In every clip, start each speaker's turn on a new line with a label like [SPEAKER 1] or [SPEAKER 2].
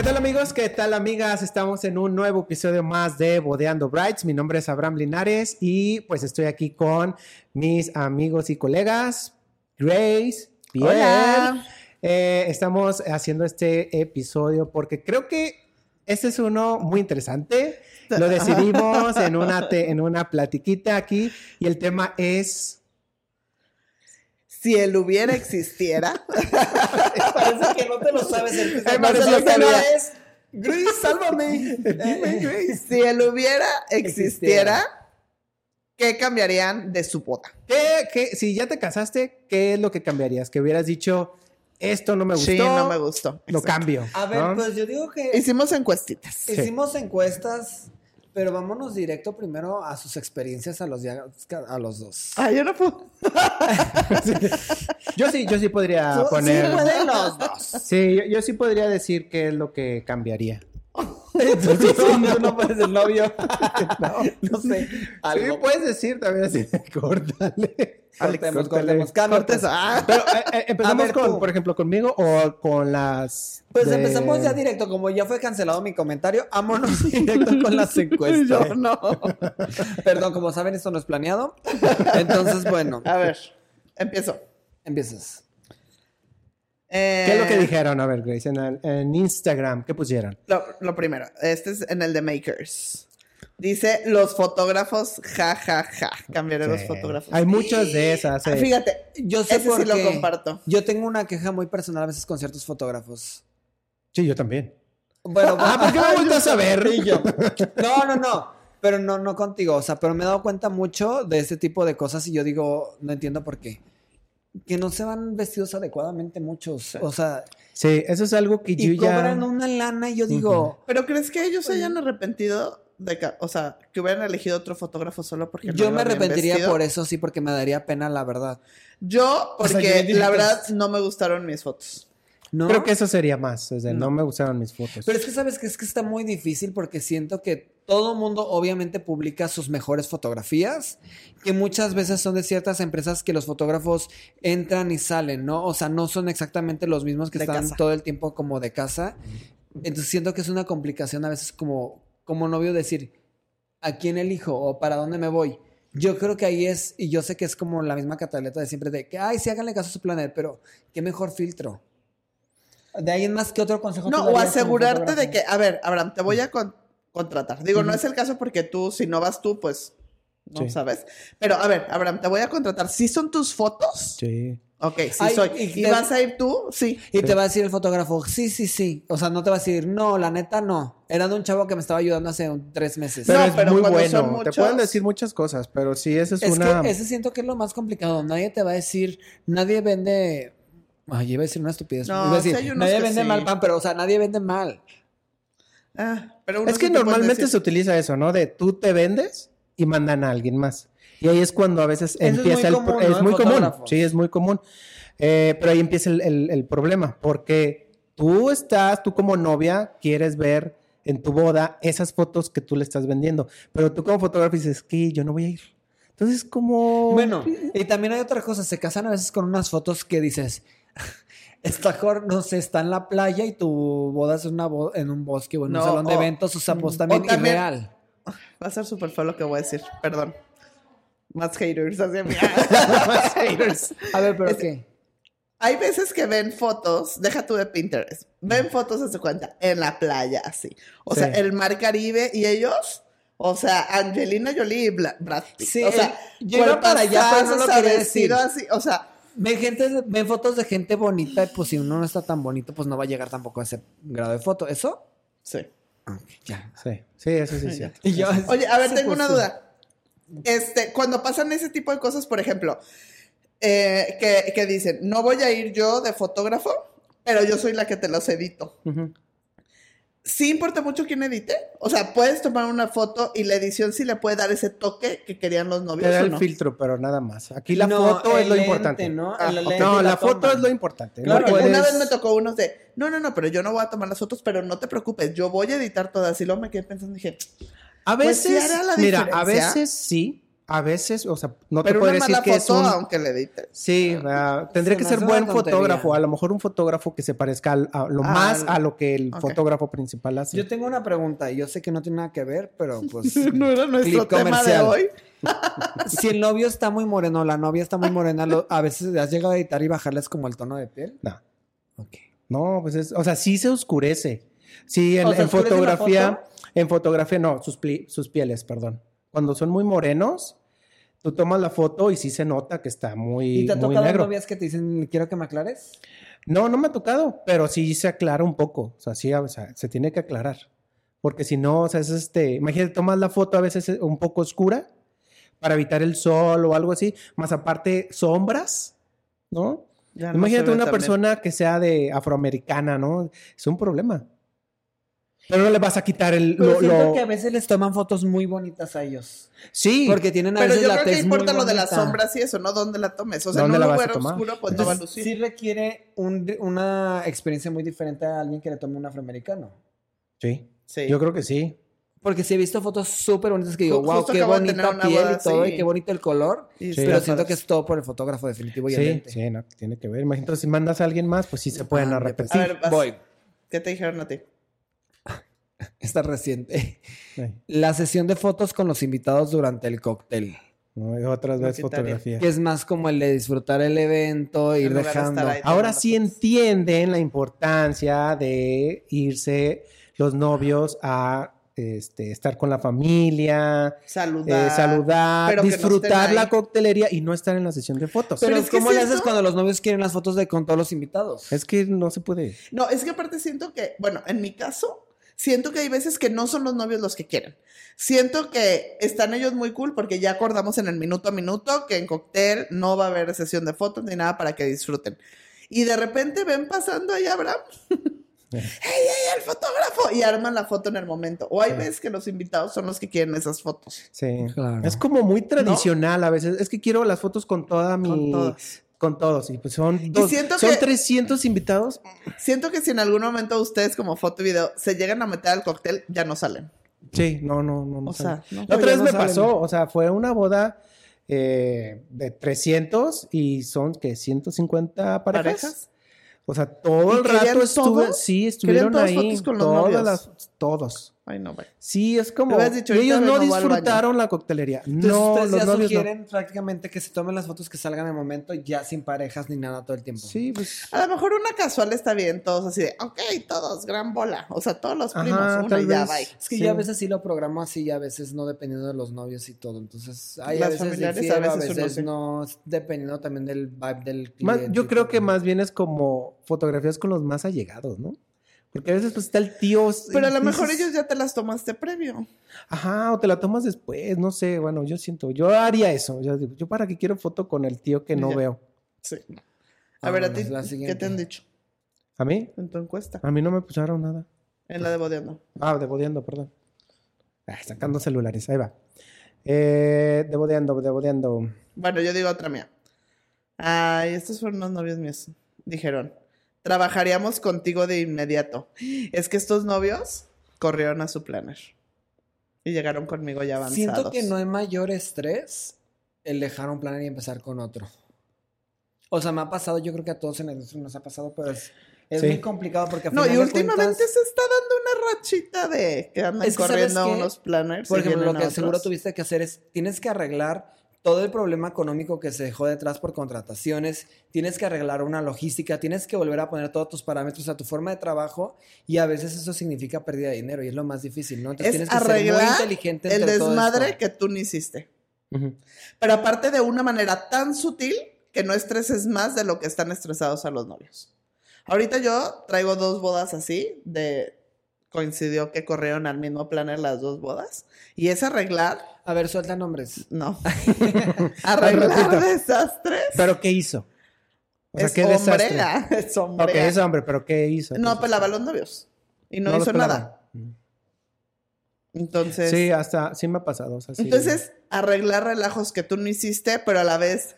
[SPEAKER 1] ¿Qué tal, amigas? Estamos en un nuevo episodio más de Bodeando Brights. Mi nombre es Abraham Linares y pues estoy aquí con mis amigos y colegas, Grace, Pierre.
[SPEAKER 2] Hola.
[SPEAKER 1] Eh, estamos haciendo este episodio porque creo que este es uno muy interesante. Lo decidimos en una, te- en una platiquita aquí y el tema es...
[SPEAKER 2] Si él hubiera existiera.
[SPEAKER 3] Parece que no te lo sabes. El
[SPEAKER 1] Me
[SPEAKER 2] parece
[SPEAKER 3] el
[SPEAKER 2] lo que
[SPEAKER 3] tema
[SPEAKER 2] había.
[SPEAKER 3] es, Grace, sálvame.
[SPEAKER 1] Dime, Grace.
[SPEAKER 2] si él hubiera
[SPEAKER 1] Existiera.
[SPEAKER 2] existiera, ¿qué cambiarían de su boda?
[SPEAKER 1] ¿Qué- qué- si ya te casaste, ¿qué es lo que cambiarías? Que hubieras dicho, esto no me gustó,
[SPEAKER 2] Sí, no me gustó.
[SPEAKER 1] lo
[SPEAKER 2] Exacto.
[SPEAKER 1] cambio.
[SPEAKER 3] A ver,
[SPEAKER 1] ¿no?
[SPEAKER 3] pues yo digo que
[SPEAKER 2] Hicimos encuestitas.
[SPEAKER 3] hicimos encuestas, pero vámonos directo primero a sus experiencias a los, dia- a los dos.
[SPEAKER 2] Ah, yo no puedo.
[SPEAKER 1] Yo sí, yo sí podría
[SPEAKER 3] Tú-
[SPEAKER 1] poner...
[SPEAKER 3] Sí, pueden los dos.
[SPEAKER 1] Sí, yo, yo sí podría decir qué es lo que cambiaría.
[SPEAKER 3] no, no puedes el novio. no, sé. Algo.
[SPEAKER 1] Sí, puedes decir también así, córtale. córtale.
[SPEAKER 3] cortemos, cortemos. Cambia,
[SPEAKER 2] Cortes.
[SPEAKER 3] pues.
[SPEAKER 2] Ah,
[SPEAKER 1] Pero eh, eh, empezamos
[SPEAKER 3] A ver,
[SPEAKER 1] con,
[SPEAKER 3] tú.
[SPEAKER 1] por ejemplo, conmigo o con las.
[SPEAKER 3] Pues
[SPEAKER 1] de-
[SPEAKER 3] empezamos ya directo, como ya fue cancelado mi comentario, vámonos directo con las
[SPEAKER 2] yo
[SPEAKER 3] encuestas.
[SPEAKER 2] no.
[SPEAKER 3] Perdón, como saben, esto no es planeado. Entonces, bueno,
[SPEAKER 2] A ver, empiezo.
[SPEAKER 3] empiezas.
[SPEAKER 2] Eh,
[SPEAKER 1] ¿Qué es lo que dijeron? A ver, Grace, en, el- en Instagram, ¿qué pusieron?
[SPEAKER 2] Lo, lo primero, este es en el de Makers. Dice los fotógrafos, ja, ja, ja. Cambiaré los
[SPEAKER 1] Sí.
[SPEAKER 2] fotógrafos.
[SPEAKER 1] Hay muchas de esas.
[SPEAKER 2] Ah,
[SPEAKER 1] eh.
[SPEAKER 2] Fíjate,
[SPEAKER 3] Yo sé
[SPEAKER 2] Ese
[SPEAKER 3] por
[SPEAKER 2] sí lo
[SPEAKER 3] qué.
[SPEAKER 2] comparto.
[SPEAKER 3] Yo tengo una queja muy personal a veces con ciertos fotógrafos.
[SPEAKER 1] Sí, yo también.
[SPEAKER 3] Bueno,
[SPEAKER 1] Ah, ¿por qué me gustas a ver?
[SPEAKER 3] no, no, no. Pero no, no contigo. O sea, pero me he dado cuenta mucho de ese tipo de cosas y yo digo, no entiendo por qué. Que no se van vestidos adecuadamente muchos. O sea,
[SPEAKER 1] Sí, eso es algo que yo
[SPEAKER 3] y cobran
[SPEAKER 1] ya.
[SPEAKER 3] una lana y yo digo,
[SPEAKER 2] ¿Pero crees que ellos se hayan arrepentido de que, o sea, que hubieran elegido otro fotógrafo solo porque no
[SPEAKER 3] yo me
[SPEAKER 2] iba bien
[SPEAKER 3] arrepentiría
[SPEAKER 2] vestido?
[SPEAKER 3] por eso, sí, porque me daría pena, la verdad.
[SPEAKER 2] Yo,
[SPEAKER 3] O sea,
[SPEAKER 2] porque
[SPEAKER 3] yo diría
[SPEAKER 2] la
[SPEAKER 3] que-
[SPEAKER 2] verdad no me gustaron mis fotos.
[SPEAKER 3] ¿No? Mm.
[SPEAKER 1] Creo que eso sería más. o sea, no. me gustaron mis fotos.
[SPEAKER 2] Pues
[SPEAKER 3] Pero es que sabes que es que está muy difícil porque siento que todo mundo obviamente publica sus mejores fotografías, que muchas veces son de ciertas empresas que los fotógrafos entran y salen, ¿no? O sea, no son exactamente los mismos que
[SPEAKER 2] De
[SPEAKER 3] están
[SPEAKER 2] casa.
[SPEAKER 3] todo el tiempo como de casa. Entonces siento que es una complicación a veces como, como novio decir, ¿a quién elijo o para dónde me voy? Yo creo que ahí es, y yo sé que es como la misma cataleta de siempre de que, ay, sí, háganle caso a su planeta, pero qué mejor filtro. De ahí en más, ¿qué otro consejo tú
[SPEAKER 2] No, o
[SPEAKER 3] darías como
[SPEAKER 2] asegurarte de
[SPEAKER 3] fotógrafo?
[SPEAKER 2] que, a ver, Abraham, te voy a con- contratar. Digo, no es el caso porque tú, si no vas tú, pues no
[SPEAKER 1] Sí.
[SPEAKER 2] sabes. Pero, a ver, Abraham, te voy a contratar. ¿Sí son tus fotos?
[SPEAKER 1] Sí.
[SPEAKER 2] Ok, sí
[SPEAKER 3] Ay,
[SPEAKER 2] soy.
[SPEAKER 3] y
[SPEAKER 2] ¿Y,
[SPEAKER 3] te-
[SPEAKER 2] vas a ir tú? Sí.
[SPEAKER 3] Y te va a decir el fotógrafo, sí, sí, sí. O sea, no te va a decir, no, la neta no. Era de un chavo que me estaba ayudando hace un- tres meses.
[SPEAKER 1] Pero
[SPEAKER 2] No,
[SPEAKER 1] es
[SPEAKER 2] pero
[SPEAKER 1] muy
[SPEAKER 2] cuando
[SPEAKER 1] bueno.
[SPEAKER 2] son
[SPEAKER 1] Te
[SPEAKER 2] muchos-
[SPEAKER 1] pueden decir muchas cosas, pero sí, esa es,
[SPEAKER 3] es
[SPEAKER 1] una.
[SPEAKER 3] que ese siento que es lo más complicado. Nadie te va a decir, nadie vende. Ay, iba a decir una estupidez.
[SPEAKER 2] No,
[SPEAKER 3] Iba a decir,
[SPEAKER 2] sí hay unos
[SPEAKER 3] nadie
[SPEAKER 2] que
[SPEAKER 3] vende
[SPEAKER 2] sí.
[SPEAKER 3] mal pan, pero, o sea, nadie vende mal.
[SPEAKER 2] Ah, pero uno
[SPEAKER 1] Es que
[SPEAKER 2] sí te pueden
[SPEAKER 1] normalmente
[SPEAKER 2] decir-
[SPEAKER 1] se utiliza eso, ¿no? De tú te vendes y mandan a alguien más. Y ahí es cuando a veces
[SPEAKER 3] es
[SPEAKER 1] empieza
[SPEAKER 3] muy
[SPEAKER 1] el...
[SPEAKER 3] común,
[SPEAKER 1] pro-
[SPEAKER 3] ¿no?
[SPEAKER 1] Es
[SPEAKER 3] En
[SPEAKER 1] muy común,
[SPEAKER 3] fotógrafos.
[SPEAKER 1] sí, es muy común. Eh, pero ahí empieza el, el- el problema, porque tú estás, tú como novia, quieres ver en tu boda esas fotos que tú le estás vendiendo, pero tú como fotógrafo dices, que yo no voy a ir. Entonces, como...
[SPEAKER 3] Bueno, y también hay otra cosa. Se casan a veces con unas fotos que dices, está, cor- no sé, está en la playa y tu boda es una bo- en un bosque o en
[SPEAKER 2] No,
[SPEAKER 3] un salón de
[SPEAKER 2] o-
[SPEAKER 3] eventos. O sea, pues también,
[SPEAKER 2] o también-
[SPEAKER 3] irreal.
[SPEAKER 2] Va a ser súper feo lo que voy a decir, perdón. Más haters hacia mí.
[SPEAKER 1] Más haters.
[SPEAKER 3] A ver, pero
[SPEAKER 2] Es-
[SPEAKER 3] ¿qué?
[SPEAKER 2] Hay veces que ven fotos, deja tú de Pinterest,
[SPEAKER 3] Mm.
[SPEAKER 2] ven fotos de su cuenta en la playa, así. O
[SPEAKER 1] Sí.
[SPEAKER 2] sea, el mar Caribe y ellos, o sea, Angelina Jolie y Bla- Brad Pitt.
[SPEAKER 3] Sí,
[SPEAKER 2] o sea,
[SPEAKER 3] yo iba para allá, pero no lo
[SPEAKER 2] cuerpazos,
[SPEAKER 3] quería
[SPEAKER 2] o sea, vestido
[SPEAKER 3] decir.
[SPEAKER 2] así, o sea,
[SPEAKER 3] Ven, gente, ven fotos de gente bonita y pues si uno no está tan bonito, pues no va a llegar tampoco a ese grado de foto. ¿Eso? Ah,
[SPEAKER 2] sí.
[SPEAKER 3] Ya.
[SPEAKER 1] Sí, sí, eso sí es cierto.
[SPEAKER 3] Y yo-
[SPEAKER 2] Oye, a ver,
[SPEAKER 3] Sí,
[SPEAKER 2] tengo
[SPEAKER 3] pues,
[SPEAKER 2] una
[SPEAKER 3] sí.
[SPEAKER 2] duda. Este, cuando pasan ese tipo de cosas, por ejemplo, eh, que, que dicen, no voy a ir yo de fotógrafo, pero yo soy la que te los edito.
[SPEAKER 1] Ujú.
[SPEAKER 2] sí importa mucho quién edite. O sea, puedes tomar una foto y la edición sí le puede dar ese toque que querían los novios.
[SPEAKER 1] Te da
[SPEAKER 2] ¿o
[SPEAKER 1] el
[SPEAKER 2] no?
[SPEAKER 1] filtro, pero nada más. Aquí la
[SPEAKER 3] No,
[SPEAKER 1] foto es
[SPEAKER 3] el
[SPEAKER 1] lo
[SPEAKER 3] lente,
[SPEAKER 1] importante.
[SPEAKER 3] ¿no?
[SPEAKER 1] Ah,
[SPEAKER 3] El
[SPEAKER 1] ok.
[SPEAKER 3] lente
[SPEAKER 1] No,
[SPEAKER 3] la
[SPEAKER 1] la foto
[SPEAKER 3] toma.
[SPEAKER 1] es lo importante. No Pues,
[SPEAKER 3] Claro,
[SPEAKER 2] Porque
[SPEAKER 1] puedes-
[SPEAKER 2] una vez me tocó unos de, no, no, no, pero yo no voy a tomar las fotos, pero no te preocupes, yo voy a editar todas. Y luego me quedé pensando, dije,
[SPEAKER 1] A
[SPEAKER 2] Pues sí
[SPEAKER 1] veces,
[SPEAKER 2] hará la
[SPEAKER 1] mira, a
[SPEAKER 2] diferencia.
[SPEAKER 1] veces sí, a veces, o sea, no te
[SPEAKER 2] Pero una
[SPEAKER 1] podría decir
[SPEAKER 2] mala
[SPEAKER 1] que es
[SPEAKER 2] foto,
[SPEAKER 1] un...
[SPEAKER 2] aunque le edites.
[SPEAKER 1] Sí, ah, tendría
[SPEAKER 3] se
[SPEAKER 1] que
[SPEAKER 3] me
[SPEAKER 1] ser
[SPEAKER 3] hace una
[SPEAKER 1] buen
[SPEAKER 3] tontería.
[SPEAKER 1] fotógrafo, a lo mejor un fotógrafo que se parezca al- a, lo
[SPEAKER 3] Ah,
[SPEAKER 1] más
[SPEAKER 3] al-
[SPEAKER 1] a lo que el
[SPEAKER 2] ok.
[SPEAKER 1] fotógrafo principal hace.
[SPEAKER 3] Yo tengo una pregunta, y yo sé que no tiene nada que ver, pero pues.
[SPEAKER 2] No era nuestro
[SPEAKER 3] Clip
[SPEAKER 2] tema de
[SPEAKER 3] comercial.
[SPEAKER 2] hoy.
[SPEAKER 3] si el novio está muy moreno, la novia está muy morena, lo- a veces has llegado a editar y bajarles como el tono de piel.
[SPEAKER 1] No,
[SPEAKER 3] Ok.
[SPEAKER 1] no, pues es, o sea, sí se oscurece. Sí, en,
[SPEAKER 3] O sea,
[SPEAKER 1] en
[SPEAKER 3] ¿oscurece la
[SPEAKER 1] fotografía, en fotografía, no, sus, pli- sus pieles, perdón. Cuando son muy morenos, tú tomas la foto y sí se nota que está muy,
[SPEAKER 3] ¿Y te ha
[SPEAKER 1] muy
[SPEAKER 3] tocado
[SPEAKER 1] negro.
[SPEAKER 3] novias que te dicen, quiero que me aclares?
[SPEAKER 1] No, no me ha tocado, pero sí se aclara un poco. O sea, sí, o sea, se tiene que aclarar. Porque si no, o sea, es este. Imagínate, tomas la foto a veces eh, un poco oscura para evitar el sol o algo así, más aparte sombras, ¿no?
[SPEAKER 2] Ya no
[SPEAKER 1] imagínate
[SPEAKER 2] se ve
[SPEAKER 1] una
[SPEAKER 2] tan bien.
[SPEAKER 1] persona que sea de afroamericana, ¿no? Es un problema. Pero no le vas a quitar el.
[SPEAKER 3] Pero
[SPEAKER 1] Lo,
[SPEAKER 3] Pues siento
[SPEAKER 1] lo-
[SPEAKER 3] que a veces les toman fotos muy bonitas a ellos.
[SPEAKER 1] Sí,
[SPEAKER 3] Porque tienen a
[SPEAKER 2] Pero
[SPEAKER 3] veces
[SPEAKER 2] yo
[SPEAKER 3] la
[SPEAKER 2] creo que
[SPEAKER 3] tez muy
[SPEAKER 2] importa lo de las
[SPEAKER 3] bonita.
[SPEAKER 2] sombras y eso, ¿no? ¿Dónde la tomes? O sea, en
[SPEAKER 1] ¿Dónde
[SPEAKER 2] un
[SPEAKER 1] la vas a
[SPEAKER 2] lugar
[SPEAKER 1] tomar?
[SPEAKER 2] oscuro, pues no va a
[SPEAKER 3] Entonces,
[SPEAKER 2] lucir.
[SPEAKER 3] sí requiere un- una experiencia muy diferente a alguien que le tome un afroamericano.
[SPEAKER 1] sí.
[SPEAKER 2] Sí.
[SPEAKER 1] Yo creo que sí.
[SPEAKER 3] Porque sí he visto fotos súper bonitas que digo,
[SPEAKER 2] Ju-
[SPEAKER 3] wow,
[SPEAKER 2] justo
[SPEAKER 3] qué
[SPEAKER 2] acabo de tener
[SPEAKER 3] bonita
[SPEAKER 2] una
[SPEAKER 3] piel
[SPEAKER 2] boda,
[SPEAKER 3] y todo,
[SPEAKER 2] sí.
[SPEAKER 3] y qué bonito el color.
[SPEAKER 2] Y
[SPEAKER 1] Sí.
[SPEAKER 3] Pero
[SPEAKER 2] las
[SPEAKER 3] siento
[SPEAKER 2] horas.
[SPEAKER 3] que es todo por el fotógrafo definitivo y el
[SPEAKER 1] Sí,
[SPEAKER 3] lente.
[SPEAKER 1] sí, no, tiene que ver. Imagínate, si mandas a alguien más, pues sí se pueden
[SPEAKER 3] Ah,
[SPEAKER 1] arrepentir.
[SPEAKER 2] A ver, vas.
[SPEAKER 3] Voy.
[SPEAKER 2] ¿Qué te dijeron a ti?
[SPEAKER 1] Eh,
[SPEAKER 3] Está reciente.
[SPEAKER 1] Ay,
[SPEAKER 3] La sesión de fotos con los invitados durante el cóctel.
[SPEAKER 1] no, y otras
[SPEAKER 2] Lo
[SPEAKER 1] veces
[SPEAKER 2] quitaría.
[SPEAKER 1] fotografía.
[SPEAKER 3] Que es más como el de disfrutar el evento, ir
[SPEAKER 2] lugar de estar
[SPEAKER 3] dejando.
[SPEAKER 2] ahí.
[SPEAKER 1] Ahora
[SPEAKER 2] tomando
[SPEAKER 1] sí entienden la importancia de irse los novios a este, estar con la familia, eh,
[SPEAKER 2] Saludar.
[SPEAKER 1] saludar,
[SPEAKER 2] pero que no estén
[SPEAKER 1] disfrutar la
[SPEAKER 2] ahí.
[SPEAKER 1] coctelería y no estar en la sesión de fotos.
[SPEAKER 3] Pero,
[SPEAKER 2] Pero es que
[SPEAKER 3] ¿cómo
[SPEAKER 2] es
[SPEAKER 3] le haces
[SPEAKER 2] eso?
[SPEAKER 3] cuando los novios quieren las fotos de con todos los invitados?
[SPEAKER 1] es que no se puede.
[SPEAKER 2] No, es que aparte siento que, bueno, en mi caso, siento que hay veces que no son los novios los que quieren. Siento que están ellos muy cool porque ya acordamos en el minuto a minuto que en cóctel no va a haber sesión de fotos ni nada para que disfruten. Y de repente ven pasando ahí a Abraham. ¡Ey, ey, el fotógrafo! Y arman la foto en el momento. O hay
[SPEAKER 1] Sí.
[SPEAKER 2] veces que los invitados son los que quieren esas fotos.
[SPEAKER 1] Sí.
[SPEAKER 3] Claro.
[SPEAKER 1] Es como muy tradicional a veces. Es que quiero las fotos con toda mi. Con,
[SPEAKER 2] todas.
[SPEAKER 1] todos. Y pues son dos.
[SPEAKER 2] siento
[SPEAKER 1] Son
[SPEAKER 2] que-
[SPEAKER 1] 300 invitados.
[SPEAKER 2] Siento que si en algún momento ustedes como foto y video se llegan a meter al cóctel, ya no salen.
[SPEAKER 1] Sí, no, no, no. no
[SPEAKER 2] O
[SPEAKER 1] sale.
[SPEAKER 2] sea, no.
[SPEAKER 1] La otra
[SPEAKER 3] ya
[SPEAKER 1] vez
[SPEAKER 3] no
[SPEAKER 1] me
[SPEAKER 3] salen.
[SPEAKER 1] pasó, o sea, fue una boda eh, de 300 y son que 150 parejas.
[SPEAKER 2] ¿Parejas?
[SPEAKER 1] O sea, todo
[SPEAKER 2] ¿Y
[SPEAKER 1] el
[SPEAKER 2] querían
[SPEAKER 1] rato estuve,
[SPEAKER 2] todos?
[SPEAKER 1] sí, estuvieron
[SPEAKER 2] todas
[SPEAKER 1] ahí,
[SPEAKER 2] fotos con los
[SPEAKER 1] todas
[SPEAKER 2] novios?
[SPEAKER 1] las- todos.
[SPEAKER 2] Ay, no, güey.
[SPEAKER 1] Sí, es como
[SPEAKER 2] Le hubieras dicho,
[SPEAKER 1] y
[SPEAKER 2] "Ahorita
[SPEAKER 1] ellos no
[SPEAKER 2] vengo, voy al baño".
[SPEAKER 1] disfrutaron la coctelería.
[SPEAKER 3] Entonces,
[SPEAKER 1] no,
[SPEAKER 3] ustedes
[SPEAKER 1] los
[SPEAKER 3] ya
[SPEAKER 1] novios no.
[SPEAKER 3] sugieren prácticamente que se tomen las fotos que salgan al momento, ya sin parejas ni nada todo el tiempo.
[SPEAKER 1] Sí, pues
[SPEAKER 2] A lo mejor una casual está bien, todos así de, ok, todos, gran bola. O sea, todos los
[SPEAKER 1] Ajá,
[SPEAKER 2] primos, una
[SPEAKER 1] tal
[SPEAKER 2] y ya,
[SPEAKER 1] vez.
[SPEAKER 2] bye.
[SPEAKER 3] Es que
[SPEAKER 1] Sí.
[SPEAKER 3] yo a veces sí lo programo así y a veces no dependiendo de los novios y todo. Entonces, hay
[SPEAKER 2] Las
[SPEAKER 3] a veces
[SPEAKER 2] familiares,
[SPEAKER 3] difiero,
[SPEAKER 2] a
[SPEAKER 3] a
[SPEAKER 2] veces uno
[SPEAKER 3] veces,
[SPEAKER 2] sí.
[SPEAKER 3] no, es dependiendo también del vibe del cliente.
[SPEAKER 1] más- yo
[SPEAKER 3] y
[SPEAKER 1] creo
[SPEAKER 3] todo.
[SPEAKER 1] que más bien es como fotografías con los más allegados, ¿no? Porque a veces pues está el tío.
[SPEAKER 2] Pero a lo
[SPEAKER 1] y
[SPEAKER 2] mejor
[SPEAKER 1] dices,
[SPEAKER 2] ellos ya te las tomaste previo.
[SPEAKER 1] Ajá, o te la tomas después, no sé, bueno, yo siento, yo haría eso, yo, digo, yo para qué quiero foto con el tío que no
[SPEAKER 2] Ya.
[SPEAKER 1] veo.
[SPEAKER 2] Sí. A ver, a
[SPEAKER 3] Vámonos,
[SPEAKER 2] ti,
[SPEAKER 3] la
[SPEAKER 2] ¿qué te
[SPEAKER 3] siguiente.
[SPEAKER 2] han dicho
[SPEAKER 1] ¿A mí?
[SPEAKER 2] en tu encuesta?
[SPEAKER 1] A mí no me pusieron nada.
[SPEAKER 2] En la de Bodeando.
[SPEAKER 1] Ah, debodeando, perdón. Ah, sacando celulares, ahí va. Eh, debodeando, debodeando.
[SPEAKER 2] Bueno, yo digo otra mía. Ay, estos fueron unos novios míos. Dijeron, trabajaríamos contigo de inmediato. Es que estos novios corrieron a su planner. Y llegaron conmigo ya avanzados.
[SPEAKER 3] Siento que no hay mayor estrés el dejar un plan y empezar con otro. O sea, me ha pasado, yo creo que a todos en la industria nos ha pasado, pero es, es
[SPEAKER 1] Sí.
[SPEAKER 3] muy complicado porque a
[SPEAKER 2] No,
[SPEAKER 3] final
[SPEAKER 2] y
[SPEAKER 3] de
[SPEAKER 2] últimamente
[SPEAKER 3] cuentas,
[SPEAKER 2] se está dando una rachita de que andan
[SPEAKER 3] Es que, ¿sabes
[SPEAKER 2] corriendo a
[SPEAKER 3] qué?
[SPEAKER 2] unos planners.
[SPEAKER 3] por
[SPEAKER 2] y
[SPEAKER 3] ejemplo, lo
[SPEAKER 2] vienen
[SPEAKER 3] que
[SPEAKER 2] a
[SPEAKER 3] seguro
[SPEAKER 2] otros.
[SPEAKER 3] tuviste que hacer es, tienes que arreglar todo el problema económico que se dejó detrás por contrataciones, tienes que arreglar una logística, tienes que volver a poner todos tus parámetros a tu forma de trabajo y a veces eso significa pérdida de dinero y es lo más difícil, ¿no? Entonces
[SPEAKER 2] Es
[SPEAKER 3] tienes que ser muy
[SPEAKER 2] arreglar
[SPEAKER 3] inteligente
[SPEAKER 2] El
[SPEAKER 3] entre todo
[SPEAKER 2] desmadre
[SPEAKER 3] esto.
[SPEAKER 2] que tú no hiciste.
[SPEAKER 1] Ujú.
[SPEAKER 2] Pero aparte de una manera tan sutil que no estreses más de lo que están estresados a los novios. Ahorita yo traigo dos bodas así, de coincidió que corrieron al mismo planner las dos bodas. Y es arreglar,
[SPEAKER 3] A ver, suelta nombres.
[SPEAKER 2] no.
[SPEAKER 1] repito.
[SPEAKER 2] arreglar desastres.
[SPEAKER 1] ¿Pero qué hizo? O sea,
[SPEAKER 2] es
[SPEAKER 1] qué
[SPEAKER 2] hombre,
[SPEAKER 1] desastre.
[SPEAKER 2] ah, es hombre.
[SPEAKER 1] Ok, es hombre, pero ¿qué hizo?
[SPEAKER 2] No
[SPEAKER 1] Entonces,
[SPEAKER 2] pelaba a los novios. Y no,
[SPEAKER 1] los
[SPEAKER 2] hizo
[SPEAKER 1] pelaba.
[SPEAKER 2] nada. Entonces,
[SPEAKER 1] Sí, hasta, sí me ha pasado. o sea, sí.
[SPEAKER 2] entonces arreglar relajos que tú no hiciste, pero a la vez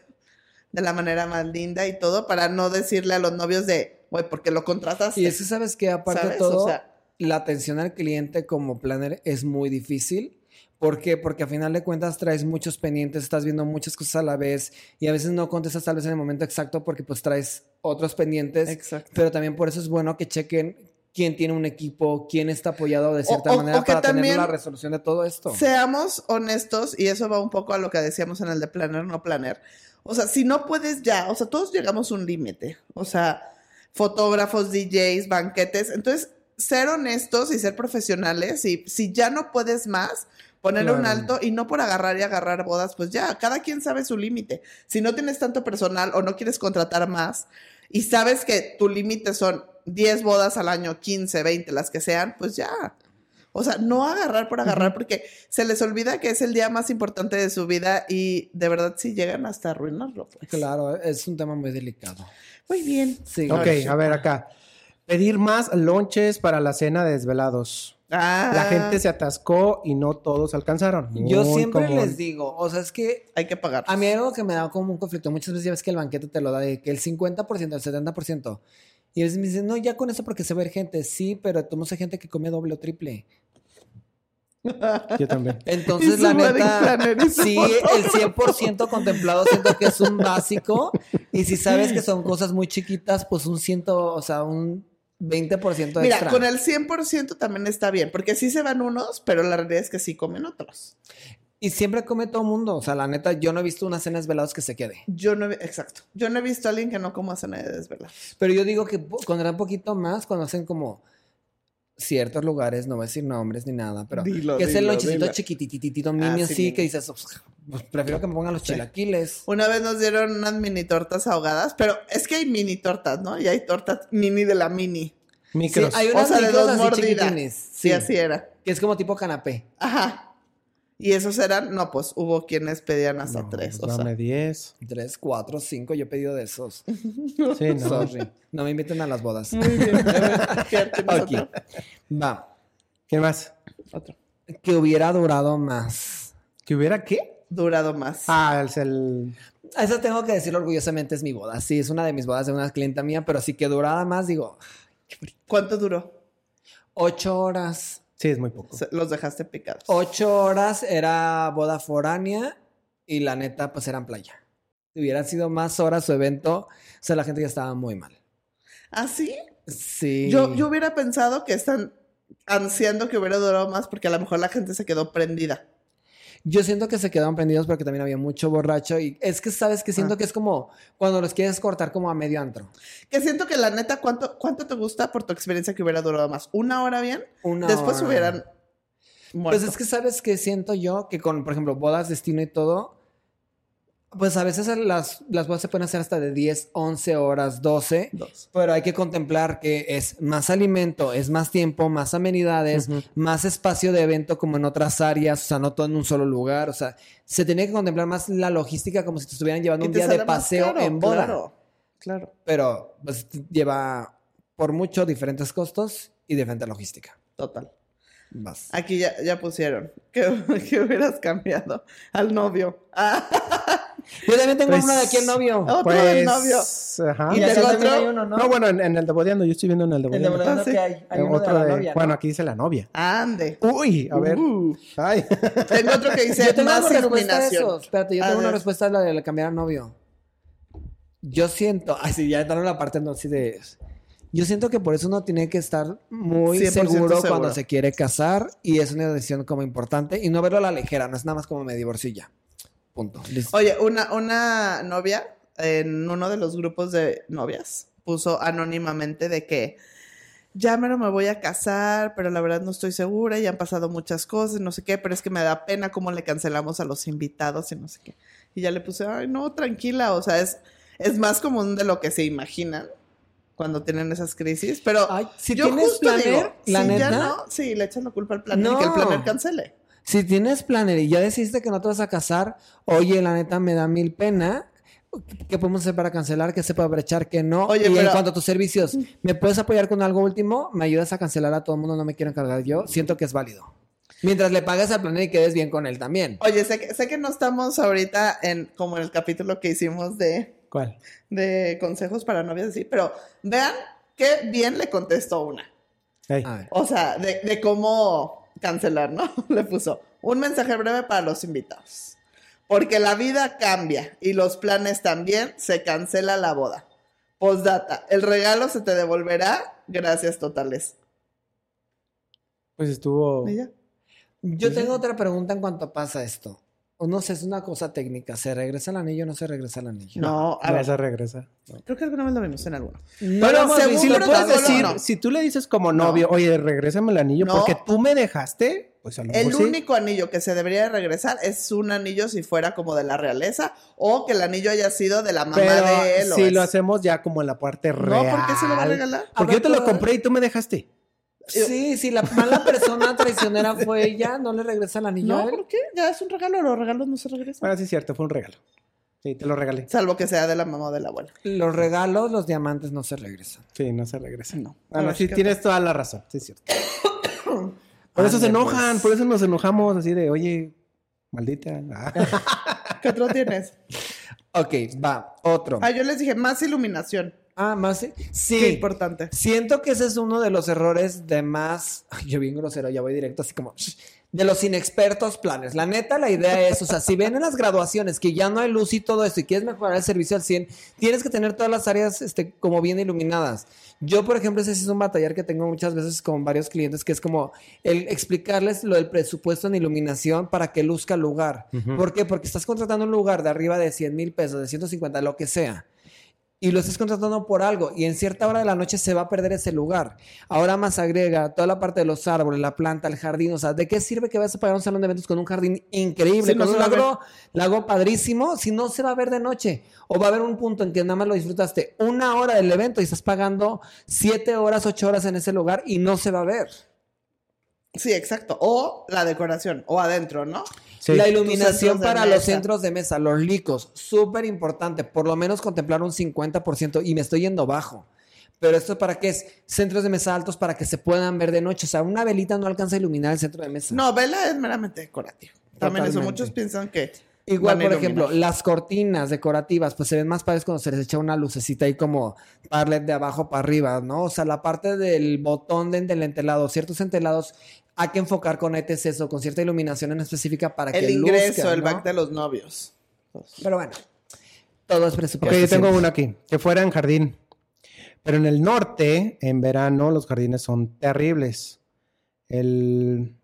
[SPEAKER 2] de la manera más linda y todo, para no decirle a los novios de, güey, porque lo contrataste.
[SPEAKER 3] Y es que Este, sabes que aparte de
[SPEAKER 2] ¿Sabes?
[SPEAKER 3] todo,
[SPEAKER 2] O sea,
[SPEAKER 3] la atención al cliente como planner es muy difícil ¿Por qué? Porque a final de cuentas traes muchos pendientes, estás viendo muchas cosas a la vez y a veces no contestas tal vez en el momento exacto porque pues traes otros pendientes.
[SPEAKER 2] Exacto.
[SPEAKER 3] Pero también por eso es bueno que chequen quién tiene un equipo, quién está apoyado de cierta
[SPEAKER 2] o-
[SPEAKER 3] manera
[SPEAKER 2] o que
[SPEAKER 3] para tener
[SPEAKER 2] también-
[SPEAKER 3] la resolución de todo esto.
[SPEAKER 2] Seamos honestos, y eso va un poco a lo que decíamos en el de planer, no planer. O sea, si no puedes ya, o sea, todos llegamos a un límite. O sea, fotógrafos, DJs, banquetes. Entonces, ser honestos y ser profesionales. Y si ya no puedes más, ponerle un
[SPEAKER 3] Claro.
[SPEAKER 2] alto y no por agarrar y agarrar bodas, pues ya, cada quien sabe su límite. Si no tienes tanto personal o no quieres contratar más y sabes que tu límite son 10 bodas al año, 15, 20, las que sean, pues ya. O sea, no agarrar por agarrar porque se les olvida que es el día más importante de su vida y de verdad si llegan hasta arruinarlo. pues.
[SPEAKER 3] Claro, es un tema muy delicado.
[SPEAKER 2] Muy bien.
[SPEAKER 3] Sí.
[SPEAKER 1] Ok, ah, a ver acá. Pedir más lonches para la cena de desvelados.
[SPEAKER 2] Ah,
[SPEAKER 1] La gente se atascó y no todos alcanzaron.
[SPEAKER 3] Yo
[SPEAKER 1] Muy
[SPEAKER 3] siempre
[SPEAKER 1] común.
[SPEAKER 3] les digo, o sea, es que
[SPEAKER 2] hay que pagar.
[SPEAKER 3] A mí algo que me da como un conflicto, muchas veces ya ves que el banquete te lo da de que el 50%, el 70%. Y a veces me dicen, no, ya con eso porque se ve gente. Sí, pero tomamos gente que come doble o triple.
[SPEAKER 1] Yo también.
[SPEAKER 3] Entonces,
[SPEAKER 2] Y
[SPEAKER 3] la
[SPEAKER 2] su wedding
[SPEAKER 3] neta,
[SPEAKER 2] planner y su
[SPEAKER 3] sí, el 100% contemplado siento que es un básico. Y si sabes que son cosas muy chiquitas, pues un ciento, o sea, un 20%
[SPEAKER 2] Mira,
[SPEAKER 3] extra.
[SPEAKER 2] con el 100% también está bien, porque sí se van unos, pero la realidad es que sí comen otros.
[SPEAKER 3] Y siempre come todo mundo. O sea, la neta, yo no he visto unas cenas veladas que se quede.
[SPEAKER 2] Yo no, he- exacto. Yo no he visto a alguien que no coma cena de desvelado.
[SPEAKER 3] Pero yo digo que po- cuando era un poquito más, cuando hacen como ciertos lugares, no voy a decir nombres ni nada, pero
[SPEAKER 2] Dilo,
[SPEAKER 3] que es el
[SPEAKER 2] dilo,
[SPEAKER 3] lonchecito
[SPEAKER 2] dilo.
[SPEAKER 3] chiquitititito mini
[SPEAKER 2] Ah, sí,
[SPEAKER 3] así que
[SPEAKER 2] mini.
[SPEAKER 3] dices, "Pues, pues, prefiero que me pongan los chilaquiles.
[SPEAKER 2] Una vez nos dieron unas mini tortas ahogadas, pero es que hay mini tortas, ¿no? Y hay tortas mini de la mini.
[SPEAKER 3] Sí,
[SPEAKER 1] Micros.
[SPEAKER 3] hay
[SPEAKER 2] O
[SPEAKER 3] unas
[SPEAKER 2] sea, de
[SPEAKER 3] micros
[SPEAKER 2] dos
[SPEAKER 3] así
[SPEAKER 2] mordidas.
[SPEAKER 3] chiquitines,
[SPEAKER 2] Sí,
[SPEAKER 3] sí,
[SPEAKER 2] así era.
[SPEAKER 3] que es como tipo canapé.
[SPEAKER 2] Ajá. Y esos eran, no, pues hubo quienes pedían hasta
[SPEAKER 1] No,
[SPEAKER 2] tres. O
[SPEAKER 1] pues,
[SPEAKER 2] sea,
[SPEAKER 1] dame 10.
[SPEAKER 3] Tres, cuatro, cinco, yo he pedido de esos.
[SPEAKER 1] Sí, no.
[SPEAKER 3] Sorry. No me inviten a las bodas.
[SPEAKER 2] Mm, fíjate,
[SPEAKER 3] Aquí.
[SPEAKER 2] nosotros-
[SPEAKER 3] Va.
[SPEAKER 1] ¿Quién más?
[SPEAKER 3] Que hubiera durado más.
[SPEAKER 1] ¿Que hubiera qué?
[SPEAKER 2] durado más.
[SPEAKER 1] Ah, es el.
[SPEAKER 3] Eso tengo que decirlo orgullosamente, es mi boda. Sí, es una de mis bodas de una clienta mía, pero sí que durada más, digo,
[SPEAKER 2] ¿Cuánto duró?
[SPEAKER 3] ocho horas.
[SPEAKER 1] Sí, es muy poco.
[SPEAKER 2] Se- Los dejaste picados.
[SPEAKER 3] Ocho horas era boda foránea y la neta, pues eran playa. Si hubieran sido más horas su evento, o sea, la gente ya estaba muy mal.
[SPEAKER 2] ¿Así?
[SPEAKER 3] Sí.
[SPEAKER 2] ¿Ah, Yo, yo hubiera pensado que están ansiando que hubiera durado más porque a lo mejor la gente se quedó prendida.
[SPEAKER 3] Yo siento que se quedaron prendidos porque también había mucho borracho y es que, ¿sabes? Que siento
[SPEAKER 2] Ah.
[SPEAKER 3] que es como cuando los quieres cortar como a medio antro.
[SPEAKER 2] Que siento que la neta, ¿cuánto, cuánto te gusta por tu experiencia que hubiera durado más? ¿Una hora bien?
[SPEAKER 3] Una
[SPEAKER 2] Después
[SPEAKER 3] hora.
[SPEAKER 2] hubieran muerto.
[SPEAKER 3] Pues es que, ¿sabes que Siento yo que con, por ejemplo, bodas, destino y todo, pues a veces las, las bodas se pueden hacer hasta de 10, 11 horas, 12.
[SPEAKER 2] Dos.
[SPEAKER 3] Pero hay que contemplar que es más alimento, es más tiempo, más amenidades,
[SPEAKER 1] Ujú.
[SPEAKER 3] más espacio de evento como en otras áreas, o sea, no todo en un solo lugar, o sea, se tenía que contemplar más la logística como si te estuvieran llevando
[SPEAKER 2] Y
[SPEAKER 3] un
[SPEAKER 2] te
[SPEAKER 3] día de
[SPEAKER 2] sale más
[SPEAKER 3] paseo
[SPEAKER 2] caro,
[SPEAKER 3] en boda,
[SPEAKER 2] Claro, claro.
[SPEAKER 3] pero pues lleva por mucho diferentes costos y diferente logística.
[SPEAKER 2] Total.
[SPEAKER 3] Vas.
[SPEAKER 2] Aquí ya, ya pusieron que, que hubieras cambiado al novio. Ah,
[SPEAKER 3] Yo también tengo
[SPEAKER 1] Pues-
[SPEAKER 3] una de aquí el novio.
[SPEAKER 2] otro del Oh, novio.
[SPEAKER 1] Ajá.
[SPEAKER 2] Y
[SPEAKER 3] Y
[SPEAKER 2] del
[SPEAKER 3] acá también
[SPEAKER 2] otro- Ah,
[SPEAKER 3] hay uno, ¿no?
[SPEAKER 1] No, bueno, en, en el de Bodeando, yo estoy viendo en el de
[SPEAKER 3] el de
[SPEAKER 1] Bodeando.
[SPEAKER 3] Bodeando
[SPEAKER 2] sí.
[SPEAKER 3] que hay, hay
[SPEAKER 1] Eh,
[SPEAKER 3] uno
[SPEAKER 1] otro
[SPEAKER 3] de la
[SPEAKER 1] de-
[SPEAKER 3] novia, ¿no?
[SPEAKER 1] Bueno, aquí dice la novia.
[SPEAKER 2] Ande.
[SPEAKER 1] Uy, a ver.
[SPEAKER 2] Uh.
[SPEAKER 1] Ay.
[SPEAKER 2] Tengo otro que
[SPEAKER 3] yo
[SPEAKER 2] dice
[SPEAKER 3] tengo
[SPEAKER 2] más
[SPEAKER 3] una respuesta a eso.
[SPEAKER 2] iluminación.
[SPEAKER 3] Espérate, yo
[SPEAKER 2] A
[SPEAKER 3] tengo una
[SPEAKER 2] ver.
[SPEAKER 3] respuesta a la de cambiar a novio. Yo siento, así ya entraron la parte no así de. Yo siento que por eso uno tiene que estar muy
[SPEAKER 2] 100%
[SPEAKER 3] seguro,
[SPEAKER 2] seguro.
[SPEAKER 3] cuando se quiere casar y es una decisión como importante y no verlo a la ligera, no es nada más como me divorcio y ya. Punto. Listo.
[SPEAKER 2] Oye, una, una novia en uno de los grupos de novias puso anónimamente de que ya mero me voy a casar, pero la verdad no estoy segura y han pasado muchas cosas, no sé qué, pero es que me da pena cómo le cancelamos a los invitados y no sé qué. Y ya le puse, ay, no, tranquila, o sea, es, es más común de lo que se imaginan cuando tienen esas crisis, pero
[SPEAKER 3] Ay, si
[SPEAKER 2] yo
[SPEAKER 3] tienes
[SPEAKER 2] justo
[SPEAKER 3] planner,
[SPEAKER 2] digo,
[SPEAKER 3] la
[SPEAKER 2] si ya
[SPEAKER 3] neta,
[SPEAKER 2] no, sí, le echan la culpa al planner y que el
[SPEAKER 3] No.
[SPEAKER 2] planner cancele.
[SPEAKER 3] Si tienes planner y ya decidiste que no te vas a casar, oye, la neta me da mil pena. ¿Qué podemos hacer para cancelar? ¿Qué se puede brechar? ¿Qué no?
[SPEAKER 2] Oye,
[SPEAKER 3] y en
[SPEAKER 2] pero-
[SPEAKER 3] cuanto a tus servicios,
[SPEAKER 2] Mm.
[SPEAKER 3] ¿me puedes apoyar con algo último? ¿Me ayudas a cancelar a todo el mundo? No me quiero encargar yo. Siento que es válido. Mientras le pagues al planner y quedes bien con él también.
[SPEAKER 2] Oye, sé que, sé que no estamos ahorita en como en el capítulo que hicimos de,
[SPEAKER 1] ¿Cuál?
[SPEAKER 2] de consejos para novias, así, pero vean qué bien le contestó una.
[SPEAKER 1] Ey.
[SPEAKER 3] A ver.
[SPEAKER 2] O sea, de, de cómo cancelar, ¿no? Le puso, Un mensaje breve para los invitados. Porque la vida cambia y los planes también, se cancela la boda. Postdata, el regalo se te devolverá. Gracias totales.
[SPEAKER 1] Pues estuvo.
[SPEAKER 2] Y ya.
[SPEAKER 3] Yo tengo otra pregunta en cuanto pasa esto. O No sé, es una cosa técnica. ¿Se regresa el anillo o no se regresa el anillo?
[SPEAKER 2] No, a
[SPEAKER 1] No
[SPEAKER 2] ver,
[SPEAKER 1] se regresa.
[SPEAKER 2] creo que alguna vez lo vimos en alguna.
[SPEAKER 3] No
[SPEAKER 2] Pero
[SPEAKER 3] lo hemos
[SPEAKER 2] según
[SPEAKER 3] visto.
[SPEAKER 1] Si lo puedes
[SPEAKER 2] protocolo,
[SPEAKER 1] decir,
[SPEAKER 2] no.
[SPEAKER 1] si tú le dices como novio, oye, regrésame el anillo
[SPEAKER 2] No.
[SPEAKER 1] porque tú me dejaste, pues a lo mejor
[SPEAKER 2] El
[SPEAKER 1] sí.
[SPEAKER 2] único anillo que se debería de regresar es un anillo si fuera como de la realeza o que el anillo haya sido de la mamá
[SPEAKER 1] Pero
[SPEAKER 2] de él. o
[SPEAKER 1] si lo
[SPEAKER 2] es-
[SPEAKER 1] hacemos ya como en la parte
[SPEAKER 2] No,
[SPEAKER 1] real.
[SPEAKER 2] ¿por qué se lo va a regalar?
[SPEAKER 1] Porque yo te lo
[SPEAKER 3] Habrá-
[SPEAKER 1] compré y tú me dejaste.
[SPEAKER 3] Sí, si la mala persona traicionera fue ella, no le regresa el anillo a
[SPEAKER 2] No,
[SPEAKER 3] él.
[SPEAKER 2] ¿por qué? Ya es un regalo, los regalos no se regresan.
[SPEAKER 1] Bueno, sí es cierto, fue un regalo. Sí, te lo regalé.
[SPEAKER 2] Salvo que sea de la mamá o de la abuela.
[SPEAKER 3] Los regalos, los diamantes no se regresan.
[SPEAKER 1] Sí, no se regresa.
[SPEAKER 2] No.
[SPEAKER 1] Ah, no,
[SPEAKER 2] Ahora
[SPEAKER 1] sí,
[SPEAKER 2] sí que-
[SPEAKER 1] tienes toda la razón, sí es cierto. Ah, Por eso se
[SPEAKER 3] Ándale,
[SPEAKER 1] enojan,
[SPEAKER 3] pues.
[SPEAKER 1] por eso nos enojamos así de, oye, maldita. Ah.
[SPEAKER 2] ¿Qué otro tienes?
[SPEAKER 3] Ok, va, otro.
[SPEAKER 2] Ah, yo les dije más iluminación.
[SPEAKER 3] Ah, más. Sí.
[SPEAKER 2] Qué
[SPEAKER 3] sí.
[SPEAKER 2] importante.
[SPEAKER 3] Siento que ese es uno de los errores de más. Ay, Yo bien grosero, ya voy directo, así como. shh, De los inexpertos planes. La neta, la idea es, o sea, si ven en las graduaciones que ya no hay luz y todo esto y quieres mejorar el servicio al 100, tienes que tener todas las áreas este, como bien iluminadas. Yo, por ejemplo, ese sí es un batallar que tengo muchas veces con varios clientes, que es como el explicarles lo del presupuesto en iluminación para que luzca el lugar.
[SPEAKER 1] Ujú.
[SPEAKER 3] ¿Por qué? Porque estás contratando un lugar de arriba de 100 mil pesos, de 150, lo que sea y lo estás contratando por algo y en cierta hora de la noche se va a perder ese lugar. Ahora más agrega toda la parte de los árboles, la planta, el jardín, o sea, ¿de qué sirve que vayas a pagar un salón de eventos con un jardín increíble,
[SPEAKER 2] Sí, no
[SPEAKER 3] con
[SPEAKER 2] se
[SPEAKER 3] un
[SPEAKER 2] va a
[SPEAKER 3] lago, lago padrísimo, si no se va a ver de noche? O va a haber un punto en que nada más lo disfrutaste una hora del evento y estás pagando siete horas, ocho horas en ese lugar y no se va a ver.
[SPEAKER 2] Sí, exacto. O la decoración, o adentro, ¿no?
[SPEAKER 1] Sí.
[SPEAKER 3] La
[SPEAKER 2] Tus centros
[SPEAKER 3] iluminación
[SPEAKER 2] de
[SPEAKER 3] para
[SPEAKER 2] mesa.
[SPEAKER 3] los centros de mesa, los licos, súper importante. Por lo menos contemplar un 50% y me estoy yendo bajo. Pero esto para qué es centros de mesa altos para que se puedan ver de noche. O sea, una velita no alcanza a iluminar el centro de mesa.
[SPEAKER 2] No, vela es meramente decorativo. También eso,
[SPEAKER 3] Totalmente.
[SPEAKER 2] muchos piensan que.
[SPEAKER 3] Igual,
[SPEAKER 2] van a
[SPEAKER 3] por ejemplo,
[SPEAKER 2] iluminar.
[SPEAKER 3] las cortinas decorativas, pues se ven más padres cuando se les echa una lucecita ahí como parlet de abajo para arriba, ¿no? O sea, la parte del botón de- del entelado, ciertos entelados hay que enfocar con ETCs o con cierta iluminación en específica para que
[SPEAKER 2] el ingreso,
[SPEAKER 3] luzca,
[SPEAKER 2] el
[SPEAKER 3] ¿no?
[SPEAKER 2] back de los novios.
[SPEAKER 3] Pero bueno, todo es presupuesto.
[SPEAKER 1] Ok, yo tengo
[SPEAKER 3] siempre.
[SPEAKER 1] uno aquí, que fuera en jardín. Pero en el norte, en verano, los jardines son terribles. El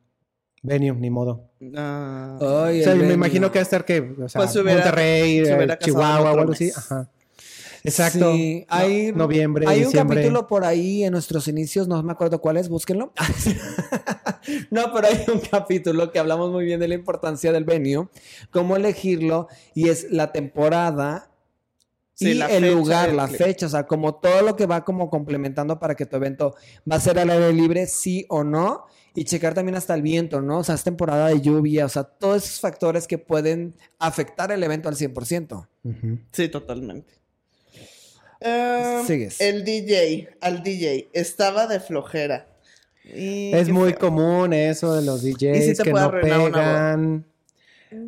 [SPEAKER 1] venue, ni modo.
[SPEAKER 2] Ah,
[SPEAKER 3] Ay,
[SPEAKER 1] O sea,
[SPEAKER 3] el
[SPEAKER 1] me
[SPEAKER 3] venue.
[SPEAKER 1] imagino que va a estar que, o sea,
[SPEAKER 2] Pues hubiera-
[SPEAKER 1] Monterrey,
[SPEAKER 2] se
[SPEAKER 1] eh,
[SPEAKER 2] hubiera casado en
[SPEAKER 1] Chihuahua o
[SPEAKER 2] otro
[SPEAKER 1] algo así.
[SPEAKER 2] mes.
[SPEAKER 1] Ajá. Exacto.
[SPEAKER 3] Sí, hay,
[SPEAKER 1] No- noviembre,
[SPEAKER 3] Hay un
[SPEAKER 1] diciembre.
[SPEAKER 3] capítulo por ahí en nuestros inicios, no me acuerdo cuál es, búsquenlo. no, pero hay un capítulo que hablamos muy bien de la importancia del venue, cómo elegirlo, y es la temporada
[SPEAKER 2] Sí,
[SPEAKER 3] y
[SPEAKER 2] la
[SPEAKER 3] el
[SPEAKER 2] fecha
[SPEAKER 3] lugar,
[SPEAKER 2] del
[SPEAKER 3] la
[SPEAKER 2] clip.
[SPEAKER 3] fecha, o sea, como todo lo que va como complementando para que tu evento va a ser al aire libre, sí o no, y checar también hasta el viento, ¿no? O sea, es temporada de lluvia, o sea, todos esos factores que pueden afectar el evento al 100%.
[SPEAKER 1] Ujú.
[SPEAKER 2] Sí, totalmente. Ah,
[SPEAKER 3] Sigues.
[SPEAKER 2] El DJ, al DJ, estaba de flojera. Y-
[SPEAKER 1] Es
[SPEAKER 2] qué
[SPEAKER 1] muy
[SPEAKER 2] feo.
[SPEAKER 1] común eso de los DJs
[SPEAKER 2] sí te
[SPEAKER 1] que
[SPEAKER 2] puede
[SPEAKER 1] no
[SPEAKER 2] arruinar una boda.
[SPEAKER 1] pegan.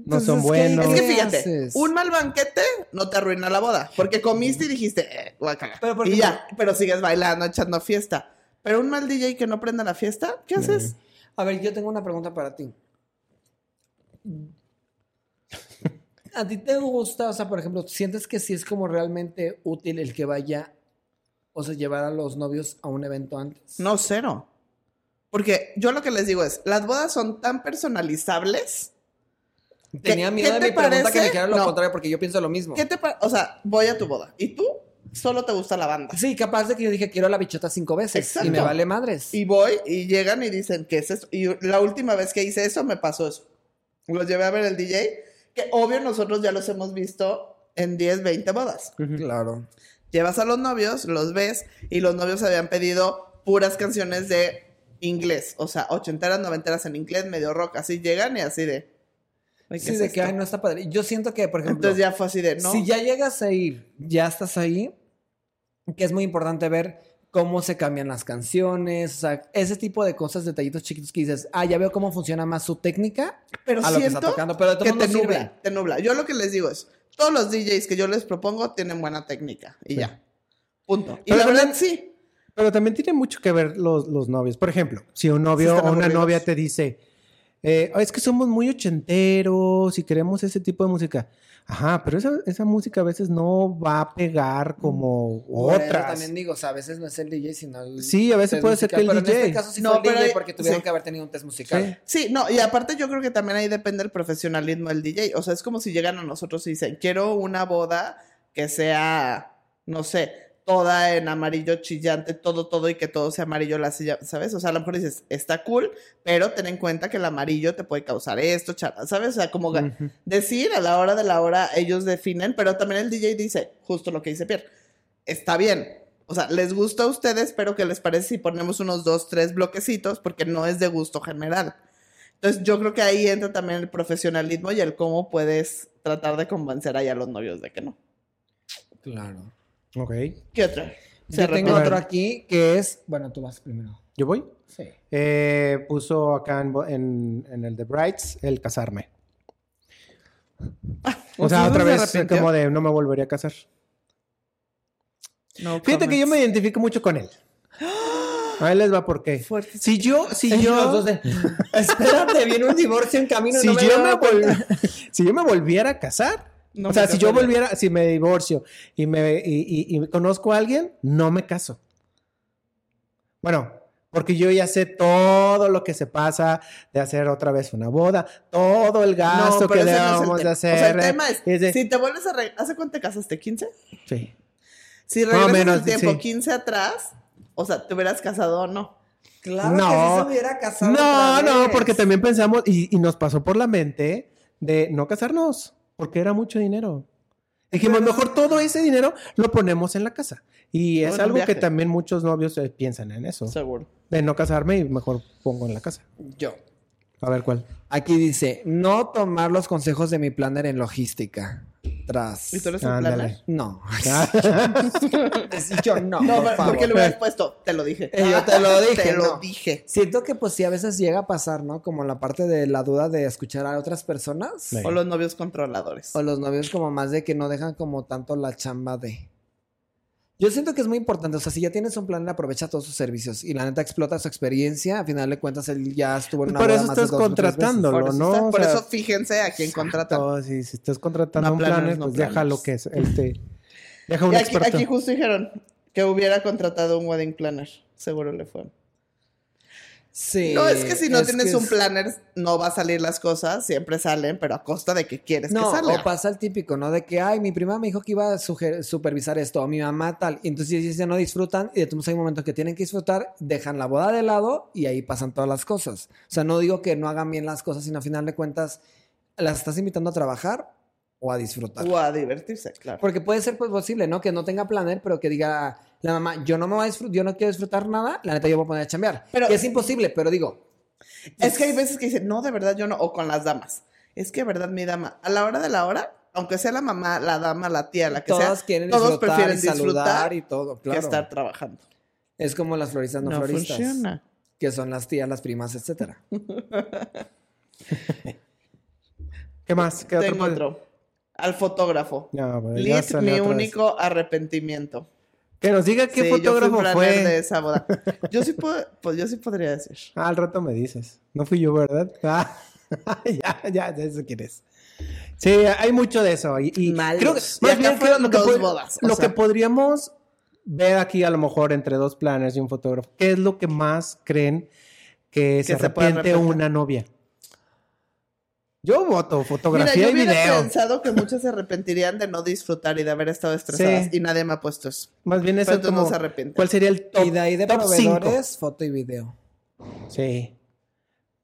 [SPEAKER 1] No son
[SPEAKER 3] Entonces, ¿qué-
[SPEAKER 1] buenos.
[SPEAKER 2] Es que
[SPEAKER 3] ¿Qué
[SPEAKER 2] fíjate,
[SPEAKER 3] haces?
[SPEAKER 2] un mal banquete no te arruina la boda, porque comiste y dijiste, eh, guácala,
[SPEAKER 3] Pero, por
[SPEAKER 2] y
[SPEAKER 3] ejemplo-
[SPEAKER 2] ya, pero sigues bailando, echando fiesta. Pero un mal DJ que no prenda la fiesta, ¿qué haces?
[SPEAKER 3] A ver, yo tengo una pregunta para ti. ¿A ti te gusta, o sea, por ejemplo, sientes que sí es como realmente útil el que vaya, o sea, llevar a los novios a un evento antes?
[SPEAKER 2] No, cero. Porque yo lo que les digo es, las bodas son tan personalizables.
[SPEAKER 3] Tenía
[SPEAKER 2] ¿Qué-
[SPEAKER 3] miedo
[SPEAKER 2] qué
[SPEAKER 3] de
[SPEAKER 2] te
[SPEAKER 3] mi pregunta que
[SPEAKER 2] parece?
[SPEAKER 3] me dijeran lo
[SPEAKER 2] No.
[SPEAKER 3] contrario porque yo pienso lo mismo.
[SPEAKER 2] ¿Qué te pa- O sea, voy a tu boda y tú solo te gusta la banda.
[SPEAKER 3] Sí, capaz de que yo dije quiero la bichota cinco veces y me
[SPEAKER 2] Exacto.
[SPEAKER 3] vale madres.
[SPEAKER 2] Y voy y llegan y dicen, ¿qué es esto? Y la última vez que hice eso me pasó eso. Los llevé a ver el DJ, que obvio nosotros ya los hemos visto en 10, 20 bodas.
[SPEAKER 3] Claro.
[SPEAKER 2] Llevas a los novios, los ves y los novios habían pedido puras canciones de inglés, o sea, ochenteras, noventeras en inglés, medio rock, así llegan y así de... "Ay, ¿qué
[SPEAKER 3] Sí,
[SPEAKER 2] es
[SPEAKER 3] de que
[SPEAKER 2] esto?".
[SPEAKER 3] ay, no está padre. Yo siento que, por ejemplo,
[SPEAKER 2] Entonces ya fue así de, no,
[SPEAKER 3] Si ya llegas a ir, ya estás ahí, que es muy importante ver cómo se cambian las canciones, o sea, ese tipo de cosas, detallitos chiquitos que dices, ah, ya veo cómo funciona más su técnica
[SPEAKER 2] pero
[SPEAKER 3] a lo que está
[SPEAKER 2] siento
[SPEAKER 3] tocando, pero de todo
[SPEAKER 2] que
[SPEAKER 3] mundo
[SPEAKER 2] te
[SPEAKER 3] sirve.
[SPEAKER 2] nubla, te nubla. Yo lo que les digo es, todos los DJs que yo les propongo tienen buena técnica y
[SPEAKER 1] Sí.
[SPEAKER 2] ya. Punto. Y
[SPEAKER 1] Pero
[SPEAKER 2] la verdad
[SPEAKER 1] también-
[SPEAKER 2] sí.
[SPEAKER 1] Pero también tiene mucho que ver los, los novios. Por ejemplo, si un
[SPEAKER 2] Sí
[SPEAKER 1] novio
[SPEAKER 2] están
[SPEAKER 1] o una
[SPEAKER 2] aburridos.
[SPEAKER 1] novia te dice, eh, es que somos muy ochenteros y queremos ese tipo de música. Ajá, pero esa, esa música a veces no va a pegar como
[SPEAKER 3] Por eso
[SPEAKER 1] otras.
[SPEAKER 3] También digo, o sea, a veces no es el DJ, sino el.
[SPEAKER 1] Sí, a veces
[SPEAKER 3] test
[SPEAKER 1] puede ser
[SPEAKER 3] musical,
[SPEAKER 1] que el DJ.
[SPEAKER 3] pero En este caso sí
[SPEAKER 2] No,
[SPEAKER 3] fue el
[SPEAKER 2] pero
[SPEAKER 3] DJ
[SPEAKER 2] hay-
[SPEAKER 3] porque tuvieron
[SPEAKER 2] sí.
[SPEAKER 3] que haber tenido un test musical.
[SPEAKER 2] Sí, no, y aparte yo creo que también ahí depende el profesionalismo del DJ. O sea, es como si llegan a nosotros y dicen, quiero una boda que sea, no sé, toda en amarillo chillante, todo, todo, y que todo sea amarillo la silla, ¿sabes? O sea, a lo mejor dices, está cool, pero ten en cuenta que el amarillo te puede causar esto, chala, ¿sabes? O sea, como ga-
[SPEAKER 1] Ujú.
[SPEAKER 2] decir a la hora de la hora ellos definen, pero también el DJ dice, justo lo que dice Pierre, está bien. O sea, les gusta a ustedes, pero que les parece si ponemos unos dos, tres bloquecitos, porque no es de gusto general. Entonces, yo creo que ahí entra también el profesionalismo y el cómo puedes tratar de convencer ahí a los novios de que no.
[SPEAKER 3] Claro.
[SPEAKER 1] Ok.
[SPEAKER 2] ¿Qué otra? Se
[SPEAKER 3] Yo tengo
[SPEAKER 2] repite.
[SPEAKER 3] otro aquí que es. Bueno, tú vas primero.
[SPEAKER 1] ¿Yo voy?
[SPEAKER 3] Sí.
[SPEAKER 1] Eh, puso acá en, bo- en- en el de Brights el casarme.
[SPEAKER 3] Ah,
[SPEAKER 1] O sea,
[SPEAKER 2] ¿Ustedes
[SPEAKER 1] otra
[SPEAKER 2] se
[SPEAKER 1] vez eh,
[SPEAKER 2] arrepintió?
[SPEAKER 1] como de no me volvería a casar.
[SPEAKER 2] No
[SPEAKER 1] Fíjate que yo me
[SPEAKER 2] comments.
[SPEAKER 1] identifico mucho con él. Ahí les va por qué.
[SPEAKER 2] Fuerte.
[SPEAKER 1] Si yo, si
[SPEAKER 3] Ellos
[SPEAKER 1] yo,
[SPEAKER 3] dos de, Espérate, viene un divorcio en camino.
[SPEAKER 1] si
[SPEAKER 3] no me
[SPEAKER 1] yo me
[SPEAKER 3] había dado cuenta".
[SPEAKER 1] vol- si yo me volviera a casar,
[SPEAKER 2] No
[SPEAKER 1] o sea,
[SPEAKER 2] me
[SPEAKER 1] si yo
[SPEAKER 2] casaría.
[SPEAKER 1] volviera, si me divorcio y me y, y- y conozco a alguien, no me caso. Bueno, porque yo ya sé todo lo que se pasa de hacer otra vez una boda, todo el gasto
[SPEAKER 2] No, pero
[SPEAKER 1] que
[SPEAKER 2] ese no
[SPEAKER 1] debemos
[SPEAKER 2] es el
[SPEAKER 1] de
[SPEAKER 2] tema.
[SPEAKER 1] hacer.
[SPEAKER 2] O sea, el tema es,
[SPEAKER 1] de-
[SPEAKER 2] si te vuelves a... re- ¿Hace cuánto te casaste? ¿15?
[SPEAKER 1] sí.
[SPEAKER 2] Si
[SPEAKER 1] Más o
[SPEAKER 2] regresas
[SPEAKER 1] menos,
[SPEAKER 2] el tiempo
[SPEAKER 1] sí.
[SPEAKER 2] 15 atrás, o sea, te hubieras casado o no.
[SPEAKER 3] Claro
[SPEAKER 1] No.
[SPEAKER 3] que sí se hubiera casado.
[SPEAKER 1] No,
[SPEAKER 3] otra
[SPEAKER 1] no,
[SPEAKER 3] vez.
[SPEAKER 1] porque también pensamos y, y nos pasó por la mente de no casarnos, porque era mucho dinero. Dijimos,
[SPEAKER 3] Pero-
[SPEAKER 1] mejor todo ese dinero lo ponemos en la casa. Y
[SPEAKER 2] O
[SPEAKER 1] es
[SPEAKER 2] en un
[SPEAKER 1] algo que
[SPEAKER 2] viaje.
[SPEAKER 1] también muchos novios eh, piensan en eso.
[SPEAKER 2] Seguro.
[SPEAKER 1] De no casarme y mejor pongo en la casa.
[SPEAKER 3] Yo.
[SPEAKER 1] A ver cuál.
[SPEAKER 3] Aquí dice: No tomar los consejos de mi planner en logística. Tras.
[SPEAKER 2] ¿Y tú eres el
[SPEAKER 1] Ándale.
[SPEAKER 2] planner?
[SPEAKER 3] No.
[SPEAKER 1] Ah,
[SPEAKER 3] yo no.
[SPEAKER 2] No,
[SPEAKER 3] por
[SPEAKER 2] pero-
[SPEAKER 3] favor.
[SPEAKER 2] porque le hubieras puesto, te lo dije.
[SPEAKER 3] Eh, yo te lo dije,
[SPEAKER 2] Te lo
[SPEAKER 3] no.
[SPEAKER 2] dije.
[SPEAKER 3] Siento que pues sí a veces llega a pasar, ¿no? Como la parte de la duda de escuchar a otras personas.
[SPEAKER 1] Sí.
[SPEAKER 2] O los novios controladores.
[SPEAKER 3] O los novios como más de que no dejan como tanto la chamba de... Yo siento que es muy importante, o sea, si ya tienes un plan, aprovecha todos sus servicios y la neta explota su experiencia, al final de cuentas él ya estuvo en una
[SPEAKER 1] Por
[SPEAKER 3] boda
[SPEAKER 1] eso
[SPEAKER 3] más de
[SPEAKER 1] estás
[SPEAKER 3] dos o tres veces.
[SPEAKER 1] contratándolo,
[SPEAKER 2] Por eso,
[SPEAKER 1] ¿no?
[SPEAKER 2] está-
[SPEAKER 1] O
[SPEAKER 2] por
[SPEAKER 1] sea,
[SPEAKER 2] eso fíjense a quién contratan.
[SPEAKER 1] todo, si, si estás contratando
[SPEAKER 2] No
[SPEAKER 1] un
[SPEAKER 2] planners,
[SPEAKER 1] planner,
[SPEAKER 2] no
[SPEAKER 1] pues
[SPEAKER 2] planners.
[SPEAKER 1] deja lo que es. Este, deja un
[SPEAKER 2] Y aquí,
[SPEAKER 1] experto.
[SPEAKER 2] aquí justo dijeron que hubiera contratado un wedding planner. Seguro le fue.
[SPEAKER 3] Sí.
[SPEAKER 2] no, es que si no tienes
[SPEAKER 3] que
[SPEAKER 2] un
[SPEAKER 3] es-
[SPEAKER 2] planner, no va a salir las cosas. Siempre salen, pero a costa de que quieres
[SPEAKER 3] No,
[SPEAKER 2] que salga.
[SPEAKER 3] o pasa el típico, ¿no? De que, ay, mi prima me dijo que iba a suger- supervisar esto, o mi mamá tal. Y entonces ellos ya no disfrutan y de todos modos hay momentos que tienen que disfrutar, dejan la boda de lado y ahí pasan todas las cosas. O sea, no digo que no hagan bien las cosas, sino a final de cuentas, las estás invitando a trabajar o a disfrutar.
[SPEAKER 2] o a divertirse, claro.
[SPEAKER 3] Porque puede ser pues, posible, ¿no? Que no tenga planner, pero que diga la mamá, yo no me voy a disfrutar, yo no quiero disfrutar nada, la neta yo voy a poner a chambear.
[SPEAKER 2] Pero-
[SPEAKER 3] Que es imposible, pero digo,
[SPEAKER 2] Es que hay veces que dicen, no, de verdad yo no, o con las damas. Es que, de verdad, mi dama, a la hora de la hora, aunque sea la mamá, la dama, la tía, la que
[SPEAKER 3] todos
[SPEAKER 2] sea,
[SPEAKER 3] quieren
[SPEAKER 2] todos
[SPEAKER 3] disfrutar
[SPEAKER 2] prefieren
[SPEAKER 3] y saludar
[SPEAKER 2] disfrutar
[SPEAKER 3] y todo,
[SPEAKER 2] que
[SPEAKER 3] claro.
[SPEAKER 2] estar trabajando.
[SPEAKER 3] Es como las floristas no, floristas. que son las tías, las primas, etcétera.
[SPEAKER 1] ¿Qué más? ¿Qué otro
[SPEAKER 2] Tengo
[SPEAKER 1] puede-
[SPEAKER 2] otro. Al fotógrafo.
[SPEAKER 1] No, bueno, ya
[SPEAKER 2] Lit,
[SPEAKER 1] salió
[SPEAKER 2] mi
[SPEAKER 1] otra vez.
[SPEAKER 2] único arrepentimiento.
[SPEAKER 1] Que nos diga qué
[SPEAKER 2] Sí, yo
[SPEAKER 1] fotógrafo
[SPEAKER 2] fui planner
[SPEAKER 1] fue.
[SPEAKER 2] de esa boda. Yo sí, puedo- pues yo sí podría decir.
[SPEAKER 1] Ah, al rato me dices. No fui yo, ¿verdad? Ah, ya, ya, ya sé quién es. Sí, hay mucho de eso. Y, y
[SPEAKER 3] Malos.
[SPEAKER 1] creo que
[SPEAKER 2] Y
[SPEAKER 1] más
[SPEAKER 2] acá
[SPEAKER 1] bien creo
[SPEAKER 2] fueron
[SPEAKER 1] lo, que,
[SPEAKER 2] dos
[SPEAKER 1] pod-
[SPEAKER 2] bodas, o
[SPEAKER 1] lo
[SPEAKER 2] sea.
[SPEAKER 1] que podríamos ver aquí a lo mejor entre dos planners y un fotógrafo, ¿qué es lo que más creen que, se
[SPEAKER 2] se puede
[SPEAKER 1] arrepiente
[SPEAKER 2] arrepentir.
[SPEAKER 1] una novia? Yo voto
[SPEAKER 2] Mira,
[SPEAKER 1] fotografía
[SPEAKER 2] yo
[SPEAKER 1] y
[SPEAKER 2] hubiera
[SPEAKER 1] video.
[SPEAKER 2] pensado que muchas se arrepentirían de no disfrutar y de haber estado estresadas. Y nadie me ha puesto eso.
[SPEAKER 1] Más bien
[SPEAKER 2] Pero
[SPEAKER 1] eso
[SPEAKER 2] tú no
[SPEAKER 1] como
[SPEAKER 2] se arrepiente.
[SPEAKER 1] ¿Cuál sería el top?
[SPEAKER 3] y de ahí de
[SPEAKER 1] top cinco?
[SPEAKER 3] proveedores, foto y video.
[SPEAKER 1] Sí.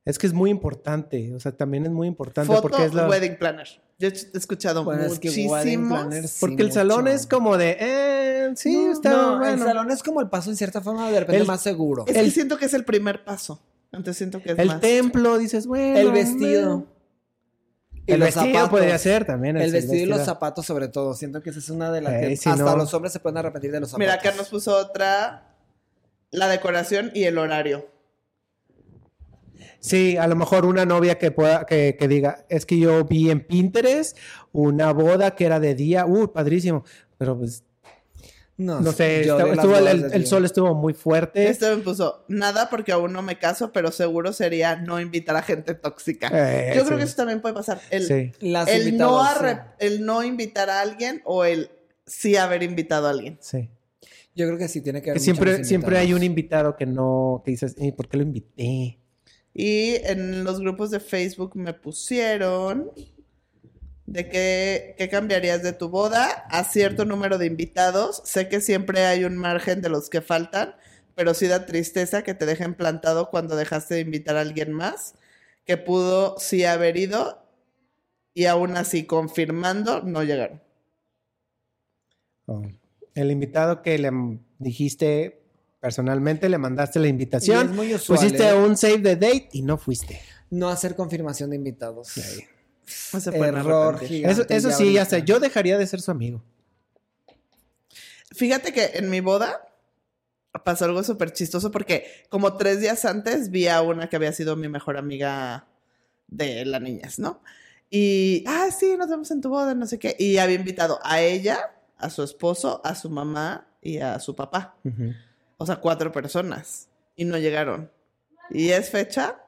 [SPEAKER 1] Es que es muy importante, o sea, también es muy importante
[SPEAKER 2] Foto,
[SPEAKER 1] porque es la Pues,
[SPEAKER 2] wedding planner. Yo he escuchado
[SPEAKER 3] Bueno, es que wedding
[SPEAKER 2] muchísimos.
[SPEAKER 3] planner sí,
[SPEAKER 1] Porque el
[SPEAKER 3] mucho.
[SPEAKER 1] salón es como de, eh, sí,
[SPEAKER 3] No,
[SPEAKER 1] está
[SPEAKER 3] no, El
[SPEAKER 1] bueno.
[SPEAKER 3] salón es como el paso en cierta forma de repente
[SPEAKER 1] El-
[SPEAKER 3] más seguro.
[SPEAKER 2] es
[SPEAKER 1] el-
[SPEAKER 2] que siento que es el primer paso. Entonces siento que es
[SPEAKER 1] El
[SPEAKER 2] más.
[SPEAKER 1] templo, dices, bueno.
[SPEAKER 3] el vestido.
[SPEAKER 1] bueno.
[SPEAKER 3] Y
[SPEAKER 1] el
[SPEAKER 3] los
[SPEAKER 1] vestido
[SPEAKER 3] zapatos.
[SPEAKER 1] podría ser también.
[SPEAKER 3] El,
[SPEAKER 1] sí,
[SPEAKER 3] vestido y los
[SPEAKER 1] vestido.
[SPEAKER 3] zapatos sobre todo. Siento que esa es una de las
[SPEAKER 1] Ey,
[SPEAKER 3] que
[SPEAKER 1] si
[SPEAKER 3] hasta
[SPEAKER 1] Eh, no-
[SPEAKER 3] los hombres se pueden arrepentir de los zapatos.
[SPEAKER 2] Mira, acá nos puso otra. La decoración y el horario.
[SPEAKER 1] Sí, a lo mejor una novia que pueda, que, que diga, es que yo vi en Pinterest una boda que era de día, uh, padrísimo. Pero pues,
[SPEAKER 3] No,
[SPEAKER 1] No sé,
[SPEAKER 3] yo
[SPEAKER 1] estaba-
[SPEAKER 3] de las
[SPEAKER 1] estuvo-
[SPEAKER 3] dos,
[SPEAKER 1] el,
[SPEAKER 3] les
[SPEAKER 1] el
[SPEAKER 3] digo.
[SPEAKER 1] sol estuvo muy fuerte.
[SPEAKER 2] Este me puso, nada porque aún no me caso, pero seguro sería no invitar a gente tóxica.
[SPEAKER 1] Eh,
[SPEAKER 2] Yo
[SPEAKER 1] sí,
[SPEAKER 2] creo que eso también puede pasar. El,
[SPEAKER 1] sí.
[SPEAKER 3] Las
[SPEAKER 2] el no
[SPEAKER 3] invitadas, sí.
[SPEAKER 2] arre- el no invitar a alguien o el sí haber invitado a alguien.
[SPEAKER 1] sí.
[SPEAKER 3] Yo creo que sí tiene que
[SPEAKER 1] Que
[SPEAKER 3] haber.
[SPEAKER 1] siempre,
[SPEAKER 3] muchos
[SPEAKER 1] siempre hay un
[SPEAKER 3] invitados.
[SPEAKER 1] invitado que no, que dices, "Eh, ¿por qué lo invité?
[SPEAKER 2] Y en los grupos de Facebook me pusieron de que, qué cambiarías de tu boda a cierto número de invitados. Sé que siempre hay un margen de los que faltan, pero sí da tristeza que te dejen plantado cuando dejaste de invitar a alguien más que pudo sí haber ido y aún así confirmando no llegaron.
[SPEAKER 1] Oh. El invitado que le m- dijiste personalmente, le mandaste la
[SPEAKER 3] Y es
[SPEAKER 1] invitación, Pues
[SPEAKER 3] muy usual.
[SPEAKER 1] pusiste
[SPEAKER 3] ¿eh?
[SPEAKER 1] un save the date y no fuiste.
[SPEAKER 3] No hacer confirmación de invitados.
[SPEAKER 1] Sí.
[SPEAKER 2] Se pueden
[SPEAKER 3] Error
[SPEAKER 2] arrepentir.
[SPEAKER 3] gigante.
[SPEAKER 1] Eso, eso sí, ya
[SPEAKER 3] ahorita.
[SPEAKER 1] sé, yo dejaría de ser su amigo.
[SPEAKER 2] Fíjate que en mi boda pasó algo súper chistoso porque como tres días antes vi a una que había sido mi mejor amiga de las niñas, ¿no? Y, ah, sí, nos vemos en tu boda, no sé qué. Y había invitado a ella, a su esposo, a su mamá y a su papá. O sea, cuatro personas. Y no llegaron. Y es fecha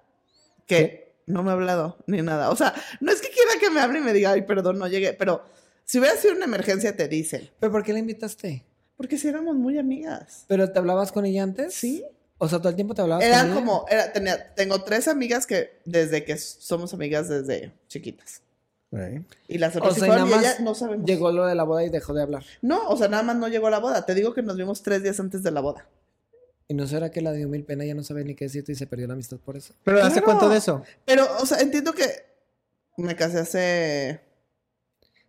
[SPEAKER 2] que no me ha hablado ni nada. O sea, no es que quiera que me hable y me diga, ay, perdón, no llegué. Pero si hubiera sido una emergencia, te dicen.
[SPEAKER 3] ¿Pero por qué la invitaste?
[SPEAKER 2] Porque si éramos muy amigas.
[SPEAKER 3] ¿Pero te hablabas con ella antes?
[SPEAKER 2] Sí.
[SPEAKER 3] O sea, todo el tiempo te hablabas con
[SPEAKER 2] Eran
[SPEAKER 3] ella?
[SPEAKER 2] como, era, tenía, tengo tres amigas que desde que somos amigas desde chiquitas. Y las otras
[SPEAKER 3] O
[SPEAKER 2] sí
[SPEAKER 3] sea, y
[SPEAKER 2] fueron,
[SPEAKER 3] nada
[SPEAKER 2] y
[SPEAKER 3] más
[SPEAKER 2] ella no sabemos.
[SPEAKER 3] Llegó lo de la boda y dejó de hablar.
[SPEAKER 2] No, o sea, nada más no llegó a la boda. Te digo que nos vimos tres días antes de la boda.
[SPEAKER 3] ¿Y no será que la dio mil pena? Ya no sabía ni qué decirte y se perdió la amistad por eso.
[SPEAKER 1] Pero ¿hace
[SPEAKER 2] Claro.
[SPEAKER 1] cuánto de eso?
[SPEAKER 2] Pero, o sea, entiendo que me casé hace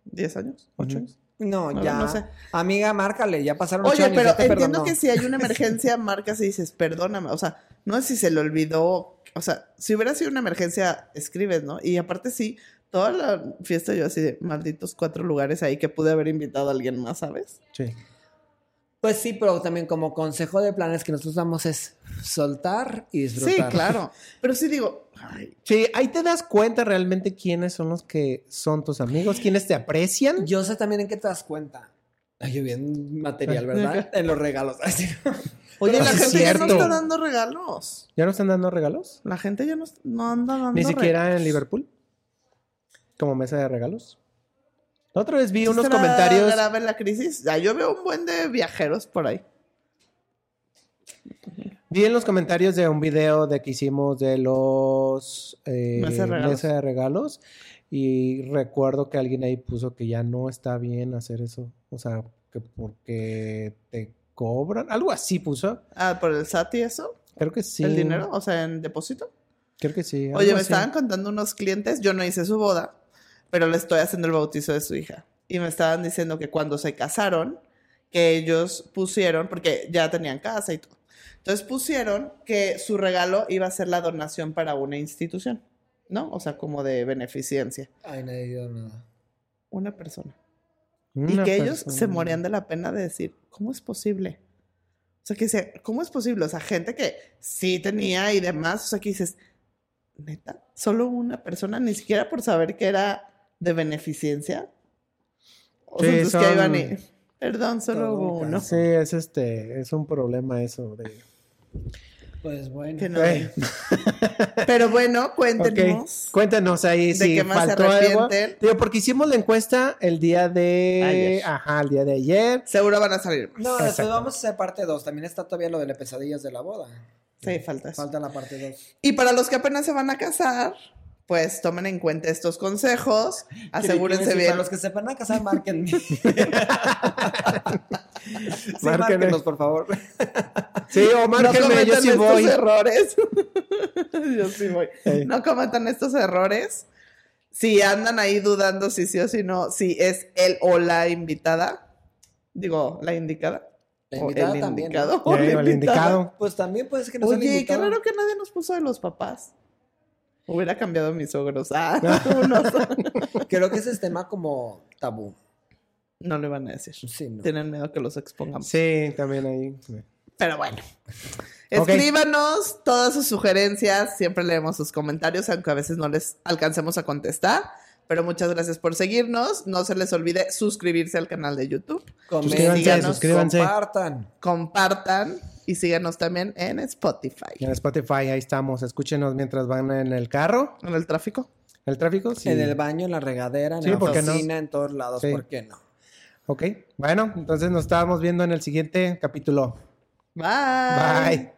[SPEAKER 2] 10 años, 8
[SPEAKER 1] Ujú.
[SPEAKER 2] años.
[SPEAKER 3] No,
[SPEAKER 2] No,
[SPEAKER 3] ya.
[SPEAKER 2] no sé.
[SPEAKER 3] Amiga, márcale. Ya pasaron ocho
[SPEAKER 2] Oye,
[SPEAKER 3] años,
[SPEAKER 2] pero
[SPEAKER 3] ya te
[SPEAKER 2] entiendo
[SPEAKER 3] perdonó.
[SPEAKER 2] que si hay una emergencia, marcas y dices, perdóname. O sea, no es si se le olvidó. O sea, si hubiera sido una emergencia, escribes, ¿no? Y aparte sí, toda la fiesta yo así de malditos cuatro lugares ahí que pude haber invitado a alguien más, ¿sabes?
[SPEAKER 1] Sí.
[SPEAKER 3] Pues sí, pero también como consejo de planes que nosotros damos es soltar y disfrutar.
[SPEAKER 2] Sí, claro. Pero sí digo, ay,
[SPEAKER 1] Sí, ahí te das cuenta realmente quiénes son los que son tus amigos, quiénes te aprecian.
[SPEAKER 3] Yo sé también en qué te das cuenta. Ay, yo bien material, ¿verdad? en los regalos. Ay, sí.
[SPEAKER 2] oye,
[SPEAKER 1] Pero
[SPEAKER 2] la
[SPEAKER 1] sí es
[SPEAKER 2] gente ya no
[SPEAKER 1] cierto.
[SPEAKER 2] está dando regalos.
[SPEAKER 1] ¿Ya no están dando regalos?
[SPEAKER 2] La gente ya no, no anda dando
[SPEAKER 1] Ni siquiera
[SPEAKER 2] regalos.
[SPEAKER 1] en Liverpool. Como mesa de regalos. La otra vez vi
[SPEAKER 2] ¿Sí
[SPEAKER 1] unos
[SPEAKER 2] estará
[SPEAKER 1] comentarios.
[SPEAKER 2] grave la crisis? Ya, yo veo un buen de viajeros por ahí.
[SPEAKER 1] Vi en los comentarios de un video de que hicimos de los eh,
[SPEAKER 2] Mesa de regalos.
[SPEAKER 1] mesa de regalos. Y recuerdo que alguien ahí puso que ya no está bien hacer eso. O sea, que porque te cobran. Algo así puso.
[SPEAKER 2] Ah, por el SAT y eso,
[SPEAKER 1] Creo que sí.
[SPEAKER 2] el dinero, o sea, en depósito.
[SPEAKER 1] Creo que sí. algo
[SPEAKER 2] Oye, me
[SPEAKER 1] así.
[SPEAKER 2] estaban contando unos clientes, yo no hice su boda, pero le estoy haciendo el bautizo de su hija. Y me estaban diciendo que cuando se casaron, que ellos pusieron, porque ya tenían casa y todo. Entonces pusieron que su regalo iba a ser la donación para una institución, ¿no? O sea, como de beneficencia.
[SPEAKER 3] Ay, nadie dio nada.
[SPEAKER 2] Una persona.
[SPEAKER 1] Una
[SPEAKER 2] y que ellos se
[SPEAKER 1] persona.
[SPEAKER 2] morían de la pena de decir, ¿cómo es posible? O sea, que dice, ¿cómo es posible? O sea, gente que sí tenía y demás, o sea, que dices, neta, solo una persona, ni siquiera por saber que era de beneficencia. O sea,
[SPEAKER 1] Sí,
[SPEAKER 2] entonces que ahí van
[SPEAKER 1] son-
[SPEAKER 2] y, perdón, solo
[SPEAKER 3] Todo
[SPEAKER 2] hubo
[SPEAKER 3] un
[SPEAKER 2] uno.
[SPEAKER 1] Sí, es este, es un problema eso de.
[SPEAKER 3] Pues bueno.
[SPEAKER 2] Que no
[SPEAKER 1] Eh.
[SPEAKER 2] hay. Pero bueno, cuéntenos.
[SPEAKER 1] Ok, Cuéntanos ahí
[SPEAKER 2] ¿De
[SPEAKER 1] si
[SPEAKER 2] qué más se
[SPEAKER 1] faltó algo.
[SPEAKER 2] arrepienten?
[SPEAKER 1] Digo, porque hicimos la encuesta el día de
[SPEAKER 2] Ayer.
[SPEAKER 1] ajá, el día de ayer.
[SPEAKER 2] Seguro van a salir. más.
[SPEAKER 3] No, después
[SPEAKER 1] Exacto.
[SPEAKER 3] vamos a hacer parte 2. También está todavía lo de las pesadillas de la boda.
[SPEAKER 2] Sí, falta eso.
[SPEAKER 3] Falta la parte 2.
[SPEAKER 2] Y para los que apenas se van a casar, pues tomen en cuenta estos consejos. Asegúrense bien.
[SPEAKER 3] Para los que se van a casar, márquenme. sí,
[SPEAKER 1] Márquenme.
[SPEAKER 3] márquenos, por favor.
[SPEAKER 1] Sí, o márquenme, yo
[SPEAKER 2] cometan
[SPEAKER 1] sí
[SPEAKER 2] estos
[SPEAKER 1] voy.
[SPEAKER 2] errores. yo sí voy.
[SPEAKER 1] Eh.
[SPEAKER 2] No cometan estos errores. Si andan ahí dudando si sí o si no, si es el o la invitada, digo, la indicada.
[SPEAKER 3] La
[SPEAKER 2] o
[SPEAKER 3] invitada
[SPEAKER 2] el
[SPEAKER 3] también, ¿no?
[SPEAKER 2] indicado.
[SPEAKER 1] Ya
[SPEAKER 2] o la
[SPEAKER 1] digo, el
[SPEAKER 2] invitada.
[SPEAKER 1] indicado.
[SPEAKER 3] Pues también puede ser que no sea la
[SPEAKER 2] Oye, qué
[SPEAKER 3] invitada.
[SPEAKER 2] raro que nadie nos puso de los papás. Hubiera cambiado mis ogros. Ah, unos.
[SPEAKER 3] Creo que ese es tema como tabú.
[SPEAKER 2] No le van a decir.
[SPEAKER 3] Sí, no.
[SPEAKER 2] Tienen miedo que los expongamos.
[SPEAKER 1] Sí, también ahí.
[SPEAKER 2] Pero bueno.
[SPEAKER 1] Ok.
[SPEAKER 2] Escríbanos todas sus sugerencias. Siempre leemos sus comentarios, aunque a veces no les alcancemos a contestar. Pero muchas gracias por seguirnos. No se les olvide suscribirse al canal de YouTube.
[SPEAKER 1] Suscríbanse,
[SPEAKER 3] Comenten,
[SPEAKER 1] suscríbanse.
[SPEAKER 3] compartan.
[SPEAKER 2] Compartan y síganos también en
[SPEAKER 1] Y
[SPEAKER 2] Spotify.
[SPEAKER 1] en Spotify, ahí estamos. Escúchenos mientras van en el carro,
[SPEAKER 2] En el tráfico.
[SPEAKER 1] en el tráfico. Sí.
[SPEAKER 3] En el baño, en la regadera, en
[SPEAKER 1] Sí,
[SPEAKER 3] la
[SPEAKER 1] ¿por qué no?
[SPEAKER 3] cocina, en todos lados.
[SPEAKER 1] Sí.
[SPEAKER 3] ¿Por qué no?
[SPEAKER 1] Ok. Bueno, entonces nos estábamos viendo en el siguiente capítulo.
[SPEAKER 2] Bye.
[SPEAKER 1] Bye.